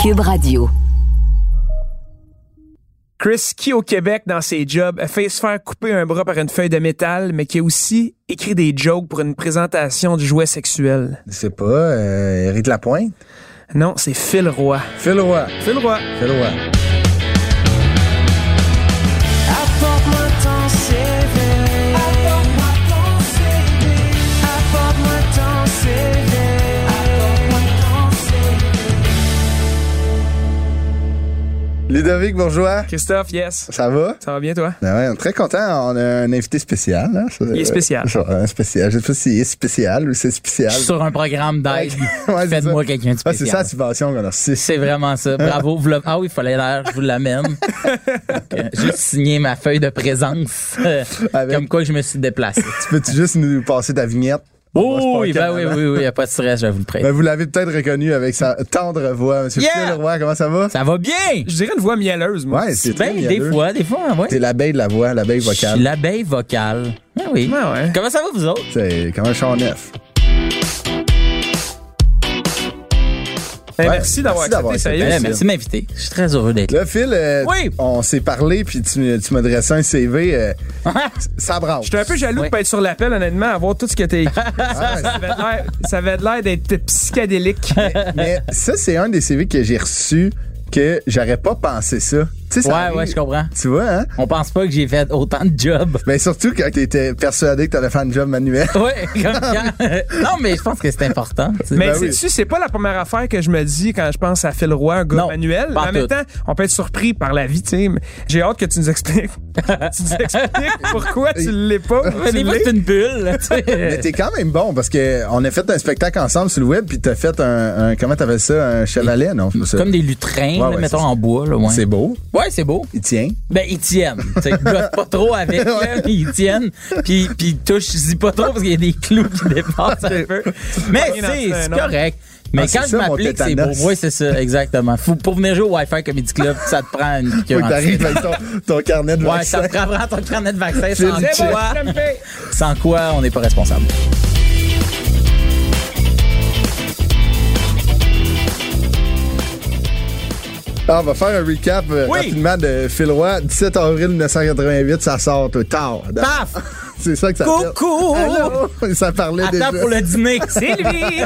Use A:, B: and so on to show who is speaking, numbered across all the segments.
A: Cube Radio.
B: Chris, qui au Québec, dans ses jobs, a fait se faire couper un bras par une feuille de métal, mais qui a aussi écrit des jokes pour une présentation du jouet sexuel?
C: C'est pas euh, Éric Lapointe?
B: Non, c'est Phil Roy.
C: Phil Roy.
B: Phil Roy.
C: Phil Roy.
D: Apporte-moi ton CV. Apporte-moi ton CV. Apporte-moi ton CV. Apporte-moi ton CV.
C: Ludovic Bourgeois,
B: Christophe, yes.
C: ça va?
B: Ça va bien, toi?
C: Ben ouais, on est très content. On a un invité spécial. hein, ça-
B: Il est spécial.
C: Euh, un spécial. Je sais pas s'il est spécial ou c'est spécial.
E: sur un programme d'aide.
C: Ah Ouais, c'est
E: Faites-moi
C: ça.
E: quelqu'un de
C: Ah, c'est ça la
E: spécial.
C: subvention qu'on a reçue.
E: c'est vraiment ça. Bravo. vous le- Ah oui, il fallait l'air, je vous l'amène. Donc, euh, J'ai signé ma feuille de présence. euh,
C: Avec-
E: Comme quoi je me suis déplacé.
C: Tu Peux-tu juste nous passer ta vignette? On va se
E: Oh, oui,
C: parler
E: ben oui, oui, oui, il n'y a pas de stress, je vais vous le prête.
C: Ben, vous l'avez peut-être reconnu avec sa tendre voix, Monsieur
E: Yeah!
C: Phil Roy. Comment ça va?
E: Ça va bien!
B: Je dirais une voix mielleuse, moi.
C: Ouais, c'est très
E: Ben, des
C: mielleux.
E: fois, des fois, oui.
C: T'es l'abeille de la voix, l'abeille
E: Je suis
C: vocale.
E: l'abeille vocale. Ah oui.
B: Ah ouais.
E: Comment ça va, vous autres?
C: C'est comme un champ neuf.
B: Ben,
C: Ouais,
B: merci d'avoir
C: merci d'avoir
B: accepté,
C: accepté.
B: sérieux.
E: Ben,
C: c'est-
E: merci de m'inviter. Je suis très heureux d'être là.
C: Là, Phil, euh,
B: Oui.
C: on s'est parlé, puis tu, tu m'as dressé un CV. euh, ça brasse.
B: J'étais un peu jaloux de
E: Ouais.
B: pas être sur l'appel, honnêtement, à voir tout ce que t'es écrit.
C: Ah,
B: Ça avait l'air- ça avait l'air d'être psychédélique.
C: Mais ça, c'est un des CV que j'ai reçu que j'aurais pas pensé ça. Tu sais, ça
E: Ouais,
C: arrive-
E: ouais, je comprends.
C: Tu vois, hein?
E: On pense pas que j'ai fait autant de jobs.
C: Mais surtout quand t'étais persuadé que t'allais faire un job manuel.
E: Oui, comme quand. non, mais je pense que c'est important. tu sais.
B: Mais
C: Ben oui.
B: sais-tu, c'est pas la première affaire que je me dis quand je pense à Phil Roy, un gars
E: Non,
B: manuel. Mais
E: pas
B: en même
E: tout.
B: temps, on peut être surpris par la vie, tu sais. mais J'ai hâte que tu nous expliques. tu nous expliques pourquoi tu l'es pas.
E: Mais
B: tu
E: des fois,
B: l'es.
E: c'est une bulle. tu sais.
C: Mais t'es quand même bon parce que on a fait un spectacle ensemble sur le web, puis t'as fait un, un- comment t'appelles ça, un chevalet, non? C'est pas ça.
E: Comme des lutrins,
C: Ouais,
E: là,
C: ouais,
E: mettons
C: c'est-
E: en bois. Là, ouais.
C: C'est beau,
E: Ouais, c'est beau.
C: il tient.
E: Ben, ils tiennent. Tu sais, gosse pas trop avec, là, mais ils tiennent. Puis, puis touche-y pas trop parce qu'il y a des clous qui dépassent un peu. Mais
B: Rien
E: c'est
B: dans-
E: c'est
B: non.
E: correct. Mais
C: Ah, c'est
E: quand
C: ça,
E: je
C: mon
E: m'applique, c'est beau.
C: tétanos.
E: Oui, c'est ça, exactement. Faut, pour venir jouer au Wi-Fi Comedy Club, ça te prend une
C: Faut
E: piqûre.
C: que
E: en
C: t'arrives
E: dessous.
C: avec ton, ton carnet de
E: Ouais,
C: vaccin.
E: ça te prend vraiment ton carnet de vaccin.
C: C'est
E: Sans
C: bon,
B: C'est bon,
E: quoi,
B: je t'aime bien.
E: sans quoi, on n'est pas responsable.
C: Ah, on va faire un recap euh,
B: Oui.
C: rapidement de Phil Roy. 17 avril 1988, ça sort tout tard.
E: Paf!
C: C'est ça que ça fait.
E: Coucou!
C: Allô? Ça parlait déjà
E: Attends pour le dîner. C'est lui!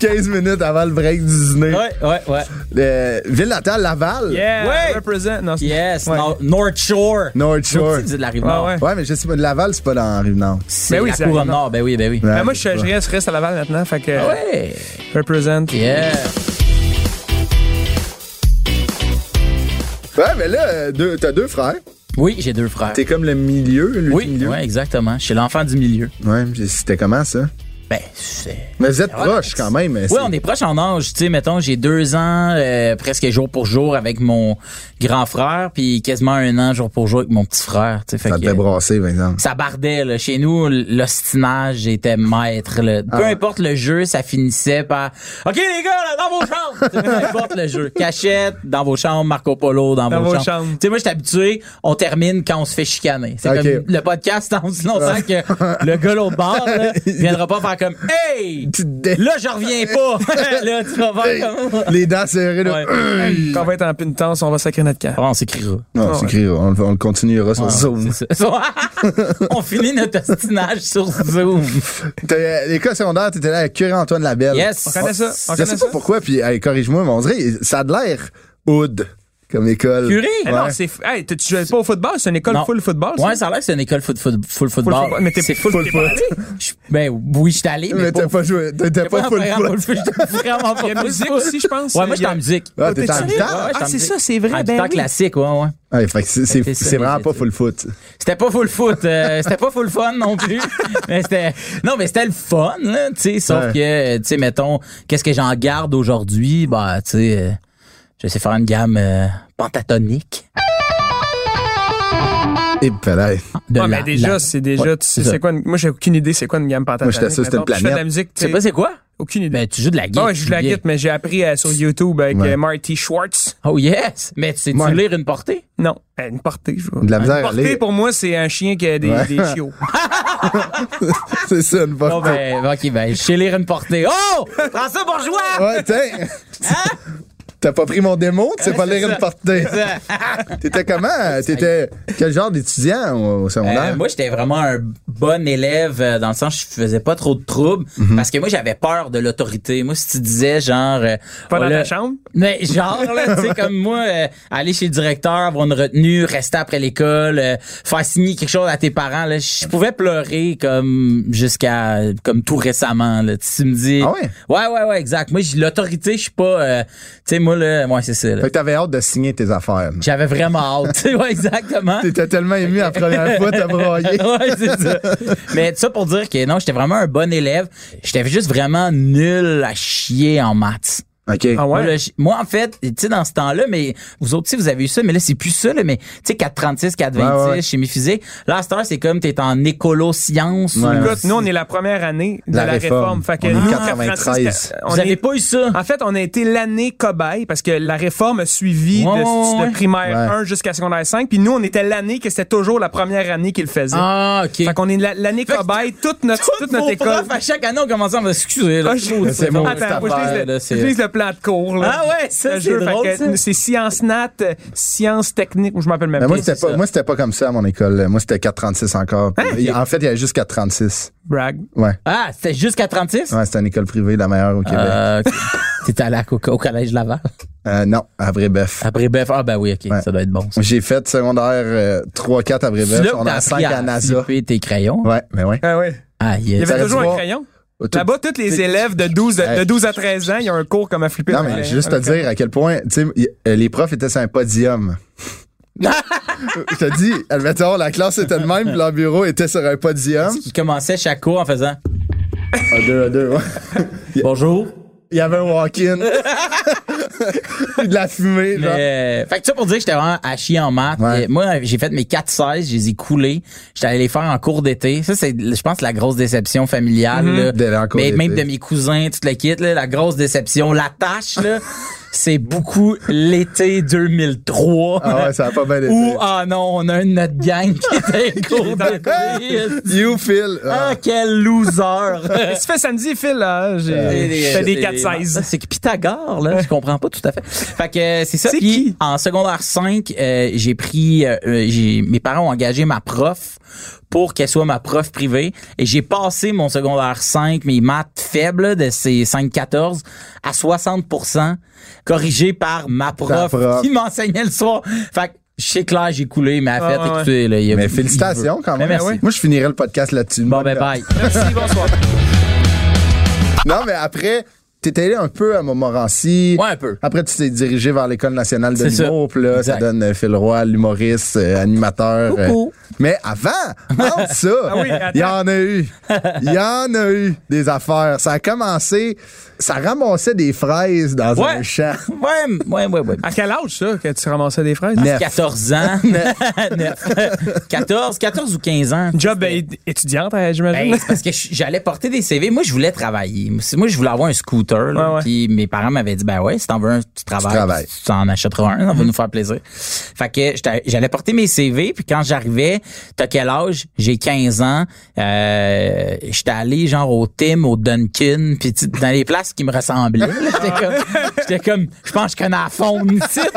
C: 15 minutes avant le break du dîner.
E: Ouais, ouais, ouais.
C: Euh, ville natale, Laval.
B: Yeah,
E: Ouais.
B: represent. Non, c'est-
E: Yes,
B: Ouais.
E: Nor- North Shore.
C: North Shore. Ah
E: Faut aussi dire de la rive
B: Ouais,
E: nord.
B: ouais.
C: Ouais, mais je sais pas, Laval, c'est pas dans Rive-Nord.
E: C'est
B: Ben oui,
E: la
B: c'est la
E: couronne
B: rive nord.
E: nord. Ben oui, ben oui.
B: Ben, moi, je, suis- je reste- je reste à Laval maintenant, fait que
E: Ah Ouais.
B: represent.
E: Yeah.
C: Ouais, mais là, euh, deux- t'as deux frères.
E: Oui, j'ai deux frères.
C: T'es comme le milieu, lui, du
E: Oui,
C: milieu.
E: ouais, exactement. Je suis l'enfant du milieu.
C: Ouais, puis c'était comment ça?
E: Ben, c'est.
C: Mais vous êtes
E: Voilà.
C: proches quand même. mais
E: Oui,
C: c'est-
E: on est proche en âge. Tu sais, mettons, j'ai deux ans euh, presque jour pour jour avec mon grand frère, puis quasiment un an jour pour jour avec mon petit frère. Tu sais, fait
C: Ça
E: que-
C: te fait brasser, par exemple.
E: ça bardait. Là. Chez nous, l'ostinage était maître. là. Peu
C: ouais.
E: importe le jeu, ça finissait par OK les gars, là, dans vos chambres! Tu sais, Peu importe le jeu. Cachette, dans vos chambres, Marco Polo, dans,
B: Dans
E: vos,
B: vos
E: chambres.
B: chambres.
E: Tu sais, moi, je suis habitué, on termine quand on se fait chicaner. C'est
C: Ok.
E: comme le podcast, on dit longtemps que le gars l'autre bord là, viendra pas faire comme Hey!
C: Tu te dé-
E: Là, je reviens pas! là, tu vas faire comme.
C: Les dents serrées, là.
E: Ouais.
B: Quand on va être en pinetance, on va sacrer notre camp.
E: on s'écrira.
C: Non, c'est écrit, on, le- on le continuera sur Zoom.
E: C'est ça. on finit notre ostinage sur Zoom.
C: T'as- L'école secondaire, t'étais là avec Curé-Antoine Labelle.
E: Yes.
B: On connaît ça. On
C: Je
B: connaît
C: sais
B: ça.
C: pas pourquoi, puis hey, corrige-moi, mais on dirait, ça a de l'air Oud. comme école.
E: Curie?
B: Eh Non, c'est. Hey, tu tu jouais pas au football? C'est une école
E: Non.
B: full football? ça?
E: Ouais, ça a l'air que c'est une école foot, foot- full
B: Full
E: football.
B: football. Mais t'es
E: C'est
B: full
E: full-
B: t'es pas allé?
E: je- Ben oui, je suis allé, mais,
C: Mais t'as pas joué, t'étais pas
E: dans
C: full
E: le programme
C: foot.
E: full foot. J'étais vraiment pas
B: Il y a
E: full
B: musique
E: foot.
B: aussi, je pense.
E: Ouais, moi,
B: Il y
E: j'étais
B: a-
E: en musique.
C: Ah, t'étais en
B: T'es-tu
C: guitare?
B: allé?
E: Ouais, j'étais
B: Ah,
E: en
B: c'est
E: musique.
B: ça, c'est vrai.
E: En
B: ben
E: guitare
B: oui.
E: classique, ouais, ouais.
C: Ouais, fait que c'est- c'est
E: C'était ça,
C: c'est vraiment
E: les
C: pas
E: études.
C: full foot.
E: C'était pas full foot, euh, c'était pas full fun non plus. mais c'était non, mais c'était le fun là, tu sais, sauf
C: Ouais.
E: que euh, tu sais mettons qu'est-ce que j'en garde aujourd'hui, bah tu sais euh, je sais faire une gamme euh, pentatonique
C: Et pareil.
E: de
B: Ouais,
E: la-
B: Ah, mais déjà,
E: la-
B: c'est déjà.
E: Ouais,
B: tu sais,
E: ça.
B: c'est quoi une- Moi, j'ai aucune idée c'est quoi une gamme pentatonique.
C: Moi, j'étais sûr que c'était
B: mettons. Je
C: une
B: fais de la
C: planète.
B: musique.
E: Tu sais pas c'est quoi
B: Aucune idée.
E: Ben tu joues de la guitare.
B: Non, Ah je joue de la guitare, mais j'ai appris euh, sur YouTube avec
C: Ouais.
B: euh, Marty Schwartz.
E: Oh yes, mais tu sais tu
C: Ouais.
E: lire une portée
B: Non, euh, une portée, je vois.
C: De la
B: Une
C: misère à
B: portée,
C: lire.
B: pour moi, c'est un chien qui a des,
C: Ouais.
B: des chiots.
C: C'est ça, une
E: Non,
C: porte.
E: ben, OK, ben, je sais lire une portée. Oh! François Bourgeois! Hein?
C: Ouais, tiens. T'as pas pris mon démo, tu sais pas lire une portée. T'étais comment? T'étais quel genre d'étudiant au au
E: Euh,
C: secondaire?
E: moi, j'étais vraiment un bon élève euh, dans le sens que je faisais pas trop de troubles
C: Mhm.
E: parce que moi, j'avais peur de l'autorité. Moi, si tu disais genre... euh,
B: Pas
E: oh
B: dans
E: là-
B: ta chambre?
E: Mais genre, là, tu sais, comme moi, euh, aller chez le directeur, avoir une retenue, rester après l'école, euh, faire signer quelque chose à tes parents, là, je pouvais pleurer comme jusqu'à comme tout récemment. Là. Tu me dis.
C: Ah ouais?
E: Ouais, ouais, ouais, exact. Moi, j'ai l'autorité, je suis pas. euh, tu sais, moi, là, moi, c'est ça. là.
C: Fait que t'avais hâte de signer tes affaires.
E: J'avais vraiment hâte. ouais, exactement.
C: T'étais tellement ému la première fois, t'as broyé.
E: ouais, c'est ça. Mais ça pour dire que non, j'étais vraiment un bon élève. J'étais juste vraiment nul à chier en maths.
C: OK.
B: Ah
E: Moi,
B: ouais?
E: là, j- moi, en fait, tu sais, dans ce temps-là, mais vous autres, si vous avez eu ça, mais là, c'est plus ça, là, mais tu sais, 436, 426,
C: Ouais, ouais, ouais.
E: chimie physique. Là, à cette heure, c'est comme t'es en écolo-science. ou-
C: Ouais.
B: Écoute, nous, on est la première année de
C: La
B: la,
C: réforme.
B: réforme. Fait que
C: On est
B: nous,
C: 93.
B: on
E: Vous avez
B: est- Ah,
E: pas eu ça?
B: En fait, on a été l'année cobaye parce que la réforme a suivi de,
E: Ouais, ouais,
B: de
E: ouais.
B: primaire
C: Ouais.
B: 1 jusqu'à secondaire 5. Puis nous, on était l'année que c'était toujours la première année qu'ils le faisaient.
E: Ah, OK.
B: Fait qu'on est la- l'année
E: Fait que
B: cobaye, toute notre,
E: Toutes
B: toute notre
E: vos
B: école.
E: profs, à chaque année, on commençait à m'excuser.
B: Ah, je-
C: C'est mon
B: Attends, moi,
C: affaire,
B: je
E: là,
B: lise
E: c'est-
B: le- je lise le plan de cours. Là.
E: Ah ouais, ça,
B: Le
E: c'est
B: jeu, fait
E: drôle,
B: que
E: ça.
B: C'est sciences nat, euh, sciences techniques, ou je m'appelle même
C: Mais Ben, moi,
B: plus.
C: c'était
E: c'est ça.
C: pas, moi, c'était pas comme ça à mon école. Moi, c'était 436 encore. Il- En fait, il y avait juste 436.
B: Brag.
C: Ouais.
E: Ah, c'était jusqu'à 36?
C: Ouais, c'était une école privée, la meilleure au Québec.
E: Euh, ok. T'étais allé à- au, au collège Laval.
C: Euh, non, à Brébeuf.
E: Après bref, ah ben oui, ok,
C: Ouais.
E: ça doit être bon. Ça.
C: J'ai fait secondaire euh, 3-4 à
E: C'est
C: Brébeuf.
E: là que
C: On
E: t'as
C: a 5
E: appris
C: à
E: à
C: NASA.
E: flipper tes crayons.
C: Ouais, mais ouais.
B: Ah ouais.
E: Ah,
B: Il y
E: yes.
B: avait
C: T'aurais
B: toujours
C: dû
B: un
C: voir-
B: crayon.
C: Tout-
E: Ah
B: Là-bas, tous les élèves de 12, à- de 12 à 13 ans, ils ont un cours comme à flipper.
C: Non,
B: un
C: mais
B: crayon.
C: juste te
B: Un
C: dire à quel point, tu sais, y- euh, les profs étaient sur un podium. Je te dis, admettons, la classe était de même, puis leur bureau était sur un podium.
E: Qui commençait chaque cours en faisant
C: Un deux, un deux, ouais.
E: Bonjour.
C: Il y avait un walk-in. Puis de la fumée, genre.
E: Mais, euh, fait que ça pour dire que j'étais vraiment à chier en maths.
C: Ouais.
E: Et Moi, j'ai fait mes 4-16, je les ai coulés. J'étais allé les faire en cours d'été. Ça, c'est, je pense, la grosse déception familiale. là.
C: D'aller en cours
E: Mais même Mm-hmm. de
C: d'été.
E: mes cousins, tout le kit, là, la grosse déception. La tâche, là, c'est beaucoup l'été 2003.
C: Ah ouais, ça a pas bien été.
E: Ou, ah non, on a une de notre gang qui était en cours d'été.
C: You, Phil.
E: Ah,
C: Ah.
E: quel loser!
B: Qu'est-ce que tu fais samedi, Phil? là? J'ai
E: C'est des-
B: j'ai des
E: c'est-
B: 4-16.
E: C'est que Pythagore, là, je comprends pas tout à fait. Fait que euh, c'est ça.
B: C'est
E: Puis,
B: qui?
E: en secondaire 5, euh, j'ai pris, euh, euh, j'ai, mes parents ont engagé ma prof pour qu'elle soit ma prof privée. Et j'ai passé mon secondaire 5, mes maths faibles de ces 5-14, à 60%, corrigé par ma prof,
C: prof.
E: qui m'enseignait le soir. Fait que, je sais que là, j'ai coulé, mais à
B: Ah,
E: fait,
B: ouais, ouais.
E: écoutez, là, il y a-
C: Mais félicitations quand même.
E: Mais merci.
C: Moi, je finirais le podcast là-dessus.
E: Bon,
C: Moi,
E: ben,
C: là.
E: bye.
B: Merci, bonsoir.
C: Non, mais après, t'étais allé un peu à Montmorency.
E: Ouais, un peu.
C: Après, tu t'es dirigé vers l'École nationale de
E: C'est ça.
C: l'humour. Puis là, ça
E: Exact.
C: donne euh, Phil Roy, l'humoriste, euh, animateur.
E: Coucou.
C: mais avant, avant ça,
E: Ah
B: oui,
C: il y en a eu. Il y en a eu des affaires. Ça a commencé, ça ramassait des fraises dans
E: Ouais.
C: un champ.
E: Ouais, ouais, ouais, ouais.
B: À quel âge, ça, que tu ramassais des fraises?
C: Neuf.
E: 14 ans. Neuf. 14, 14 ou 15 ans.
B: Job euh, é- étudiante, euh, j'imagine.
E: Ben, c'est parce que je- j'allais porter des CV. Moi, je voulais travailler. Moi, je voulais avoir un scooter. là.
B: Ouais, ouais.
E: Puis mes parents m'avaient dit, ben ouais, si t'en veux un, tu travailles. Mm-hmm.
C: travailles.
E: Tu t'en achèteras un, ça va nous faire plaisir. Fait que j'étais- j'allais porter mes CV. Puis quand j'arrivais, t'as quel âge? J'ai 15 ans. Euh, j'étais allé genre au Tim, au Dunkin, puis tu- dans les places qui me ressemblaient. là. J'étais comme, j'étais comme, je pense que je connais à fond une petite.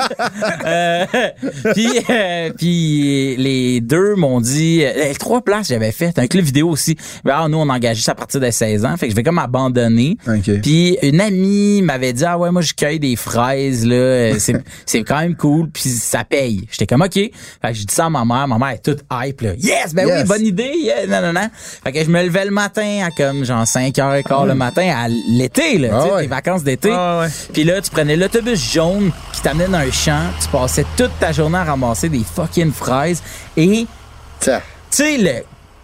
E: Euh, puis, euh, puis les deux m'ont dit euh, les trois places j'avais fait un clip vidéo aussi. Ben, ah, nous on a engagé ça à partir de 16 ans, fait que je vais comme abandonner.
C: OK.
E: Puis une amie m'avait dit, ah ouais, moi, je cueille des fraises, là. euh, C'est, c'est quand même cool, puis ça paye. J'étais comme, OK. Fait que j'ai dit ça à ma mère. Ma mère est toute hype, là. Yes, ben oui,
C: Yes.
E: bonne idée. yeah, non, non, non. Fait que je me levais le matin à comme, genre, 5h15 le matin à l'été, là.
C: Ah
E: tu sais,
C: ouais.
E: les vacances d'été.
B: Ah ouais.
E: Puis là, tu prenais l'autobus jaune qui t'amenait dans un champ. Tu passais toute ta journée à ramasser des fucking fraises. Et
C: Tiens.
E: tu sais, le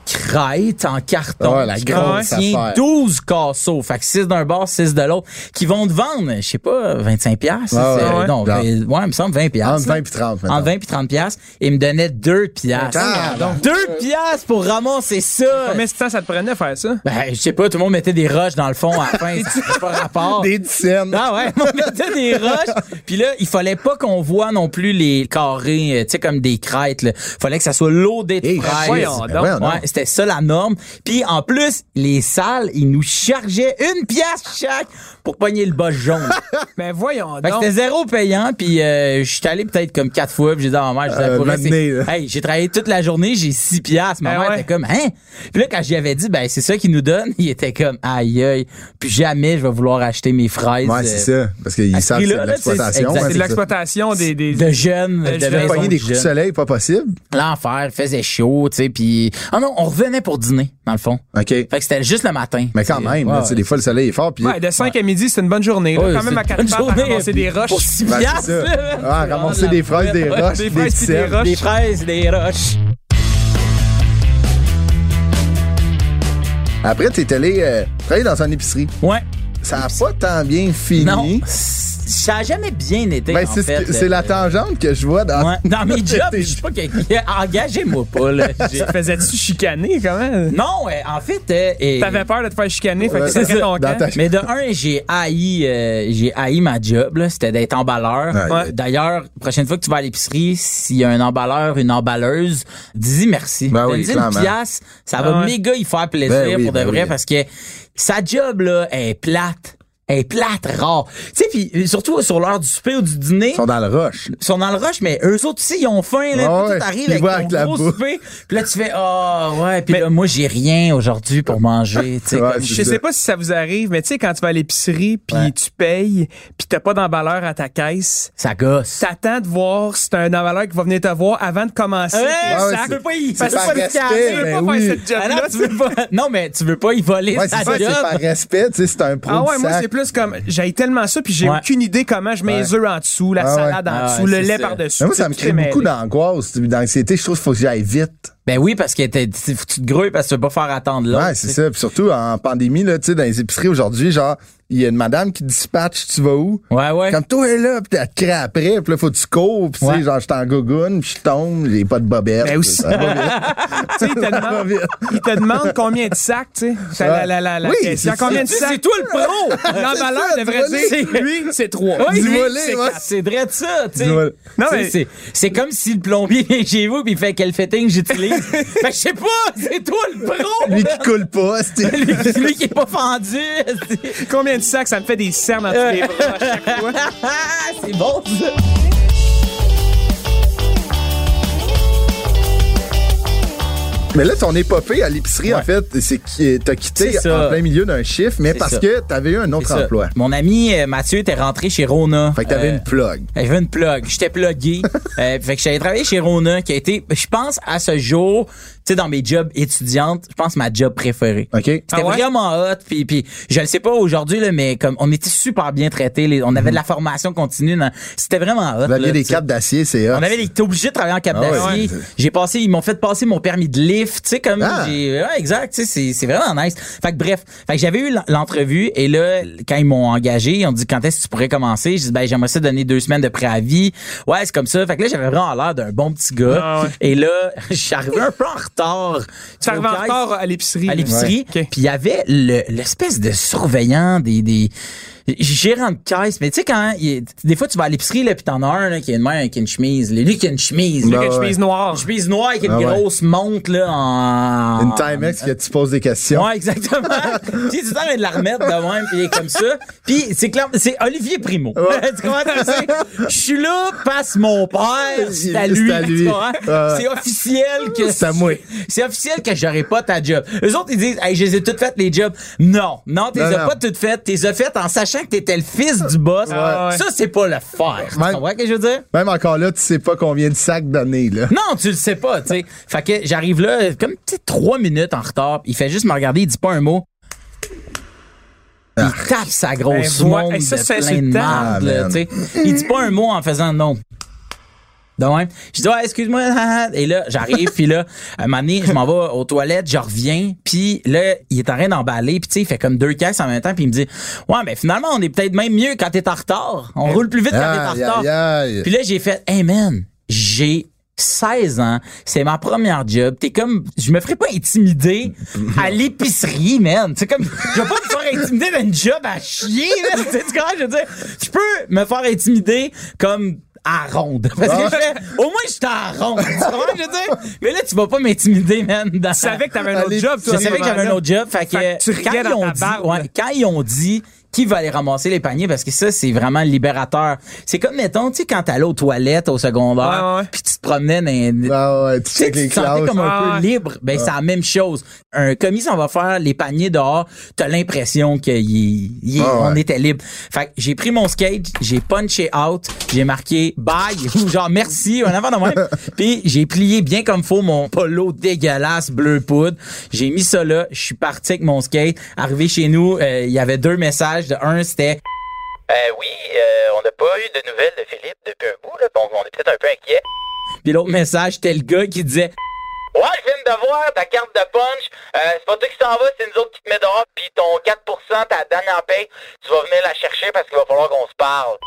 E: crête en carton
C: Ouais, la
E: qui
C: grosse
E: contient
C: affaire.
E: 12 casseaux. Fait que 6 d'un bord, 6 de l'autre, qui vont te vendre, je sais pas, 25 piastres.
C: Ouais, ouais,
E: euh,
C: ouais.
E: Non,
C: Genre.
E: vingt- ouais, il me semble 20 piastres.
C: Entre
E: là.
C: 20 puis 30, maintenant.
E: Entre 20 puis 30 piastres. Et il me donnait 2 piastres.
C: Ah, donc.
E: 2 piastres pour ramasser ça.
B: Combien de temps ça te prenait à faire ça?
E: Ben, je sais pas, tout le monde mettait des roches dans le fond à la fin. C'est pas rapport.
C: Des dizaines.
E: Ah ouais, on mettait des roches. Puis là, il fallait pas qu'on voit non plus les carrés, euh, tu sais, comme des crêtes. Il fallait que ça soit loadé de
C: Hey,
E: fraises.
B: voyons
C: Ben
B: donc.
C: voyons donc.
E: Ah, Ouais, c'était ça la norme. Puis en plus, les salles, ils nous chargeaient une pièce chaque pour pogner le boss jaune.
B: Mais Ben, voyons
C: Ben,
E: Fait que
B: donc.
E: c'était zéro payant, puis euh, je suis allé peut-être comme quatre fois, puis j'ai dit à ma mère, je disais,
C: Euh,
E: pour rester-
C: m'amener, là. Eh
E: hey, j'ai travaillé toute la journée, j'ai six piastres. Ma
B: Ben
E: mère
B: ouais.
E: était comme, hein? Puis là, quand j'y avais dit, ben, c'est ça qu'ils nous donnent, il était comme, aïe, aïe, puis jamais je vais vouloir acheter mes fraises.
C: Ouais, c'est
E: euh,
C: ça. Parce qu'ils
E: à ce
C: savent que c'est
E: prix-là,
C: de
E: là, c'est-
C: l'exploitation.
E: exact.
C: ouais,
B: C'est de
C: ça.
B: l'exploitation des. des...
E: De jeunes,
B: Euh, je
E: de
B: vais
E: maisons
B: raison
C: Pogner
E: de
C: des coups de
E: jeunes.
C: soleil, pas possible.
E: L'enfer, il faisait chaud, tu sais, puis... Ah non, on revenait pour dîner, dans le fond.
C: OK.
E: Fait que c'était juste le matin.
C: Mais quand même,
E: Ouais,
C: là, tu sais, des fois, le soleil est fort. Puis
B: Ouais, de 5 à midi, c'est une bonne journée. là.
E: Ouais,
B: Quand même,
E: c'est
B: à 4
E: une
B: heures,
E: bonne
B: t'as
E: journée
B: ramassé des roches.
E: Pour six
C: Ouais, ben, c'est
E: piastres,
C: ça.
E: là.
C: Ah, ramasser
E: C'est vraiment
C: des
E: de la
C: fraises, des
E: boîte.
C: roches,
B: Des
C: des
B: fraises puis des
C: dizaines.
B: roches.
E: Des fraises, des roches.
C: Après, t'es allé euh, travailler dans une épicerie.
E: Ouais.
C: Ça n'a pas tant bien fini.
E: Non, c- ça a jamais bien été.
C: Ben,
E: en
C: c'est ce
E: fait, euh,
C: que- c'est la tangente que je vois dans.
E: Ouais. Dans mes jobs,
C: Tes
E: je suis pas quelqu'un. Engagez-moi pas, là. J'ai-
B: Faisais-tu chicaner quand même?
E: Non, euh, en fait. euh, et-
B: T'avais peur de te faire chicaner, fait que
C: Ouais,
B: tu
C: c'est ça.
B: ton
C: Dans
B: camp.
C: ta-
E: Mais de un, j'ai haï, euh, j'ai haï ma job, là. C'était d'être emballeur.
C: Ouais.
E: D'ailleurs, prochaine fois que tu vas à l'épicerie, s'il y a un emballeur, une emballeuse, dis-y merci.
C: Ben oui,
E: Donne-y une
C: clairement.
E: pièce, ça va
B: Ah ouais.
E: méga y faire plaisir
C: Ben oui,
E: pour de
C: ben
E: vrai
C: oui.
E: parce que sa job, là, elle est plate. Elle est plate, rare. Tu sais, puis euh, surtout sur l'heure du souper ou du dîner.
C: Ils sont dans le roche.
E: Ils sont dans le rush, mais eux autres aussi, ils ont faim,
C: Ah ouais,
E: là. Puis toi, t'arrives
C: ils
E: avec
C: voient
E: ton
C: avec la
E: gros
C: bouffe.
E: souper. Puis là, tu fais, ah, ouais. Puis là, moi, j'ai rien aujourd'hui pour manger, tu sais.
C: Ouais,
E: comme-
C: c'est
B: Je sais pas si ça vous arrive, mais tu sais, quand tu vas à l'épicerie, puis tu payes, puis t'as pas d'emballeur à ta caisse,
E: Ça gosse.
B: t'attends de voir si t'as un emballeur qui va venir te voir avant de commencer.
E: Ouais,
B: Exact.
C: ouais,
B: Tu veux pas
E: y-
B: Parce
C: c'est
B: que
C: par
B: tu veux pas
C: respect,
B: faire
C: ben oui.
B: cette
E: Ah
B: job-là,
E: non, tu veux pas- non, mais tu veux pas y voler
C: Ouais,
E: sa
C: c'est ça, c'est
E: job.
C: par respect. Tu sais, c'est un pro
B: Ah
C: de
B: ouais, moi
C: sac.
B: c'est plus comme j'ai tellement ça puis j'ai
E: Ouais.
B: aucune idée comment je mets les œufs en dessous, la
C: Ah ouais.
B: salade en
E: Ah ouais,
B: dessous, le
E: c'est
B: lait
E: ça.
B: par-dessus.
C: Mais moi, ça
B: C'est
C: me
B: tout
C: crée
B: mêlé.
C: beaucoup d'angoisse, d'anxiété. Je trouve qu'il faut que j'aille vite.
E: Ben oui, parce que t'es, t'es- faut que tu te grouilles parce que tu veux pas faire attendre l'autre.
C: Ouais, c'est ça. Puis surtout en pandémie, là, tu sais, dans les épiceries aujourd'hui, genre, il y a une madame qui dispatche, tu vas où?
E: Ouais, ouais.
C: Comme toi, elle est là, puis elle te crée après, puis là, faut que tu cours, puis tu
E: Ouais.
C: sais, genre, je t'en gogoune, puis je tombe, j'ai pas de bobette.
B: Ben aussi.
C: Ça va vite.
B: Tu sais, il te
C: va
B: demande-
C: vite.
B: il te demande combien de sacs, tu sais. Ça, La, la, la, la,
C: Oui,
B: caissière,
C: c'est ça.
B: combien de
E: Tu sais,
B: sacs?
E: c'est toi le pro!
B: L'emballeur devrait dire, lui, c'est trois.
E: Oui,
C: Du
E: lui,
C: volet,
E: c'est
C: ouais.
E: quatre. C'est vrai de ça, tu sais.
C: Du volet.
B: Non,
E: Tu sais,
B: mais-
E: c'est, c'est comme si le plombier vient chez vous puis il fait quel fitting j'utilise. fait que je sais pas, c'est toi le pro!
C: Lui qui coule pas, c'est-
E: lui, lui qui est pas fendu. c'est-
B: Combien de sacs? Ça me fait des cernes entre les bras à chaque fois.
E: Ah, c'est bon, ça.
C: Mais là, ton épopée à l'épicerie, en fait, c'est que t'as quitté
E: C'est ça.
C: en plein milieu d'un chiffre, mais
E: C'est
C: parce
E: ça.
C: que t'avais eu un autre
E: C'est ça.
C: emploi.
E: Mon ami euh, Mathieu était rentré chez Rona.
C: Fait que t'avais une plug.
E: Euh, J'avais une plug. J'étais plugué. euh, fait que j'avais travaillé chez Rona, qui a été, je pense, à ce jour, tu sais, dans mes jobs étudiantes, je pense ma job préférée.
C: OK?
E: C'était
B: Ah ouais?
E: vraiment hot, puis puis je le sais pas aujourd'hui là, mais comme on était super bien traités, les- on avait de la formation continue, dans- c'était vraiment hot.
C: Vous aviez
E: là,
C: des
E: tu sais.
C: cartes d'acier, c'est hot.
E: On avait, t'es obligé de travailler en cap
C: Ah ouais.
E: d'acier.
C: Ouais.
E: J'ai passé, ils m'ont fait passer mon permis de lift, tu sais, comme
C: Ah.
E: j'ai, ouais, exact, tu sais, c'est, c'est vraiment nice. Fait que bref, fait que j'avais eu l'en- l'entrevue et là, quand ils m'ont engagé, ils ont dit quand est-ce que tu pourrais commencer? J'ai dit, ben, j'aimerais ça donner deux semaines de préavis. Ouais, c'est comme ça. Fait que là, j'avais vraiment l'air d'un bon petit gars.
B: Ah ouais.
E: Et là, j'arrivais un peu en retard.
B: Tu arrives en
E: Au caisse
B: retard à l'épicerie.
E: à l'épicerie.
B: Ouais. Ok.
E: Puis il y avait le- l'espèce de surveillant des, des gérant de caisse, mais tu sais, quand il est- des fois, tu vas à l'épicerie, là, puis t'en as un, là, qui a une main, qui a une chemise. là. Lui, qui a une chemise.
C: Ben
E: Lui,
B: Une
C: ouais.
B: chemise noire.
E: une chemise noire, avec une
C: Ah ouais.
E: grosse montre, là, en.
C: Une Timex que tu poses des questions.
E: Ouais, exactement. puis tu t'en de la remettre de même, puis il est comme ça. Puis c'est clair, c'est Olivier Primo. tu comprends? C'est- Je suis là, passe mon père, c'est à
C: C'est
E: lui.
C: à lui.
E: tu comprends?
C: Ouais.
E: C'est officiel que...
C: C'est à moi.
E: C'est officiel que j'aurai pas ta job. Eux autres, ils disent, hey, je les ai toutes faites, les jobs. Non, non, tu les
C: Non,
E: as
C: non.
E: pas toutes faites. Tu les as faites en sachant que t'étais le fils du boss.
B: Ouais.
E: Ça, c'est pas le faire.
C: Même-
E: Tu comprends ce que je veux dire?
C: Même encore là, tu sais pas combien de sacs donner, là.
E: Non, tu le sais pas, tu sais. Fait que j'arrive là, comme tu sais, trois minutes en retard. Il fait juste me regarder, il dit pas un mot. Il tape sa grosse
B: Ben, ouais.
E: montre
B: Hey, ça,
E: de
B: c'est
E: plein de
B: insultant.
E: marde,
C: Ah,
E: là,
C: man.
E: tu sais. Il dit pas un mot en faisant non. De même. Je dis, ouais, excuse-moi. ah, ah. Et là, j'arrive, puis là, à un moment donné, je m'en vais aux toilettes, je reviens, puis là, il est en train d'emballer, puis tu sais, il fait comme deux caisses en même temps, puis il me dit, ouais, mais finalement, on est peut-être même mieux quand t'es en retard.
C: Eh.
E: On roule plus vite quand t'es en
C: Aïe,
E: retard.
C: aïe, aïe.
E: Puis là, j'ai fait, hey man, j'ai 16 ans, c'est ma première job. T'es comme, je me ferais pas intimider à l'épicerie, man. C'est comme, je vais pas me faire intimider dans une job à chier, là. Tu sais, tu comprends? Je veux dire, je peux me faire intimider comme à ronde. Parce que je fais, au moins, je suis à ronde. Tu comprends? ce que Je veux dire, mais là, tu vas pas m'intimider, man. dans-
B: Tu savais que t'avais un autre
C: Allez,
B: job,
E: je
B: toi. à ce
E: savais que j'avais un
B: moment-là.
E: autre job. Fait que,
B: Fait que tu riais dans
E: quand, ils ont
B: ta
E: dit,
B: barbe.
E: ouais, quand ils ont dit qui va aller ramasser les paniers, parce que ça, c'est vraiment libérateur. C'est comme, mettons, tu sais, quand t'allais aux toilettes au
B: Ouais, ouais.
E: secondaire, puis tu te promenais dans les-
C: Ah ouais, tu
E: tu sais,
C: sais
E: tu
C: les
E: te sentais
C: classes.
E: comme un
B: Ah.
E: peu libre. Ben, c'est la même chose. Un commis, on va faire les paniers dehors, t'as l'impression qu'on
C: Ah ouais.
E: était libre. Fait que j'ai pris mon skate, j'ai punché out, j'ai marqué bye, ou genre merci, en avant de même. Puis j'ai plié bien comme faut mon polo dégueulasse bleu poudre. J'ai mis ça là, je suis parti avec mon skate. Arrivé chez nous, euh, il y avait deux messages. De un, c'était
F: Euh, oui, euh, on n'a pas eu de nouvelles de Philippe depuis un bout, là. Bon, on est peut-être un peu inquiet.
E: puis l'autre message, c'était le gars qui disait
F: Ouais, je viens de voir ta carte de punch. Euh, c'est pas toi qui s'en va, c'est nous autres qui te met dehors. Puis ton 4%, ta dernière paye, tu vas venir la chercher parce qu'il va falloir qu'on se parle.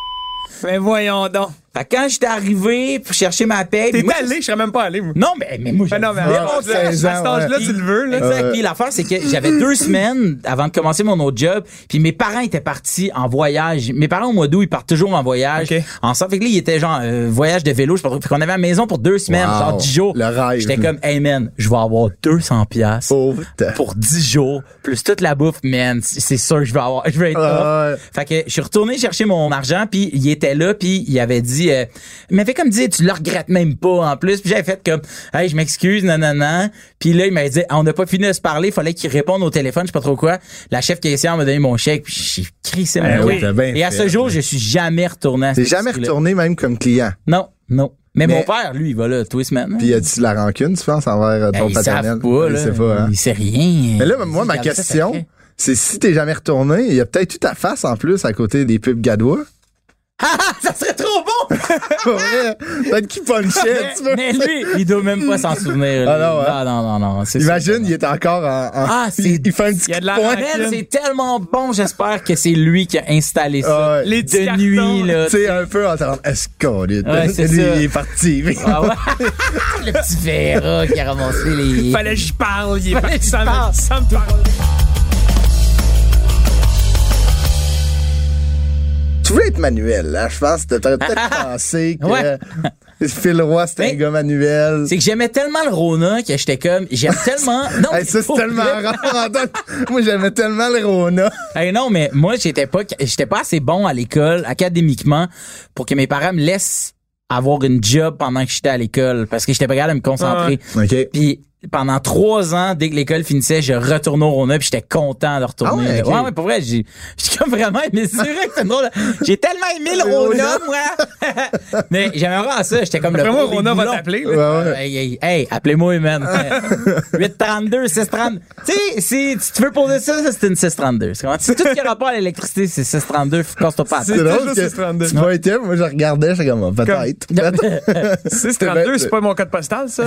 B: Mais voyons donc.
E: Fait que quand j'étais arrivé pour chercher ma paie,
B: T'es
E: moi, Ah,
B: allé, je serais même pas allé, moi.
E: Non, mais, mais moi, je
B: Ben non, mais
E: voulais
B: à
E: pas.
B: 11 ans, à cet
C: 16 ans,
B: âge-là,
C: ouais.
B: tu le veux, là.
E: Exact. Puis l'affaire, c'est que j'avais deux semaines avant de commencer mon autre job, puis mes parents étaient partis en voyage. Mes parents, au mois d'août, ils partent toujours en voyage.
B: Ok.
E: Ensemble, fait que là, ils étaient genre euh, voyage de vélo. Je sais pas trop. Fait qu'on avait à la maison pour deux semaines,
C: Wow.
E: genre dix jours.
C: Le rêve.
E: J'étais comme, hey man, je vais avoir 200 piastres
C: Pauvre temps.
E: pour 10 jours, plus toute la bouffe, man, c- c'est sûr que je vais avoir, je vais être
C: Ah
E: off. Fait que je suis retourné chercher mon argent, puis il était là, puis il avait dit, euh, il m'avait comme dit, tu le regrettes même pas en plus, puis j'avais fait comme, hey, je m'excuse, non, non, non. Puis là, il m'avait dit, on n'a pas fini de se parler, fallait qu'il réponde au téléphone, je sais pas trop quoi. La chef caissière m'a donné mon chèque, puis j'ai crissé mon
C: Ben oui,
E: chèque.
C: t'as bien
E: Et à
C: fait.
E: ce jour, je suis jamais retourné. à
C: T'es
E: cette
C: jamais
E: épicerie-là.
C: retourné même comme client.
E: Non, non. Mais,
C: Mais-
E: mon père, lui, il va là tous les semaines. hein.
C: Puis y a-tu de la rancune, tu penses, envers euh,
E: Ben,
C: ton
E: ils savent
C: paternel?
E: pas,
C: Il
E: là.
C: sait pas, hein.
E: Il sait rien.
C: Mais là, moi,
E: Il
C: ma
E: garde ça
C: question,
E: secret.
C: c'est si t'es jamais retourné, il y a peut-être toute ta face en plus à côté des pubs gadois.
E: ça serait trop bon!
C: Pour vrai, peut-être qu'il punchait, tu
E: mais,
C: vois.
E: mais lui, il doit même pas s'en souvenir. lui.
C: Ah non, hein?
E: non, non, non, non, c'est
C: Imagine, il
E: ça.
C: est encore en. en-
E: Ah, c'est-
C: il, il fait un petit
B: Il y a
C: coup
B: de la
C: poing.
B: rancune.
E: Man, c'est tellement bon, j'espère que c'est lui qui a installé ça.
C: Ah ouais.
B: Les petits
E: de
B: cartons,
E: nuit, là.
C: Tu sais, un peu en train Est-ce qu'on est.
E: Ouais, c'est
C: Lui,
E: ça.
C: il est parti.
E: Ah ouais? Le petit Vera qui a ramassé les.
B: Fallait que j'y parle, il est
E: que
B: parti
E: j'y
B: sans me-
E: parle.
B: sans me parler.
C: tu veux être manuel, là, je pense. T'aurais peut-être pensé que
E: Ouais.
C: Phil Roy, c'était
E: Mais-
C: un gars manuel.
E: C'est que j'aimais tellement le Rona que j'étais comme. J'aime tellement. Non,
C: Hey, ça,
E: mais
C: c'est
E: pour
C: tellement
E: vrai.
C: rare. Antoine. Moi, j'aimais tellement le Rona.
E: Hey, non, mais moi, j'étais pas, j'étais pas assez bon à l'école, académiquement, pour que mes parents me laissent avoir une job pendant que j'étais à l'école, parce que j'étais pas capable de me concentrer.
C: Ah ouais. OK.
E: Puis pendant trois ans, dès que l'école finissait, je retournais au Rona, puis j'étais content de retourner.
C: Ah ouais, OK.
E: ouais, pour vrai, j'ai, j'ai comme vraiment aimé. C'est vrai que c'est drôle. J'ai tellement aimé
C: Ah,
E: le Rona, moi. mais j'aimais vraiment ça. J'étais comme
B: Après
E: le
B: moi,
E: pro des
B: Rona va
E: boulons.
B: t'appeler. là.
C: Ouais, ouais.
E: Hey, hey, hey, appelez-moi, man. 832, 630. Tu sais, si tu te veux poser ça, ça, c'est une 632. C'est comment- c'est tout ce qui a rapport à l'électricité, c'est 632, casse-toi pas. la
C: C'est
E: tête.
C: drôle
B: toujours
C: que
B: 632.
C: tu pointais, moi je regardais, j'étais comme, ah, peut-être. peut-être.
E: Eh ben,
B: 632, c'est pas mon code postal, ça.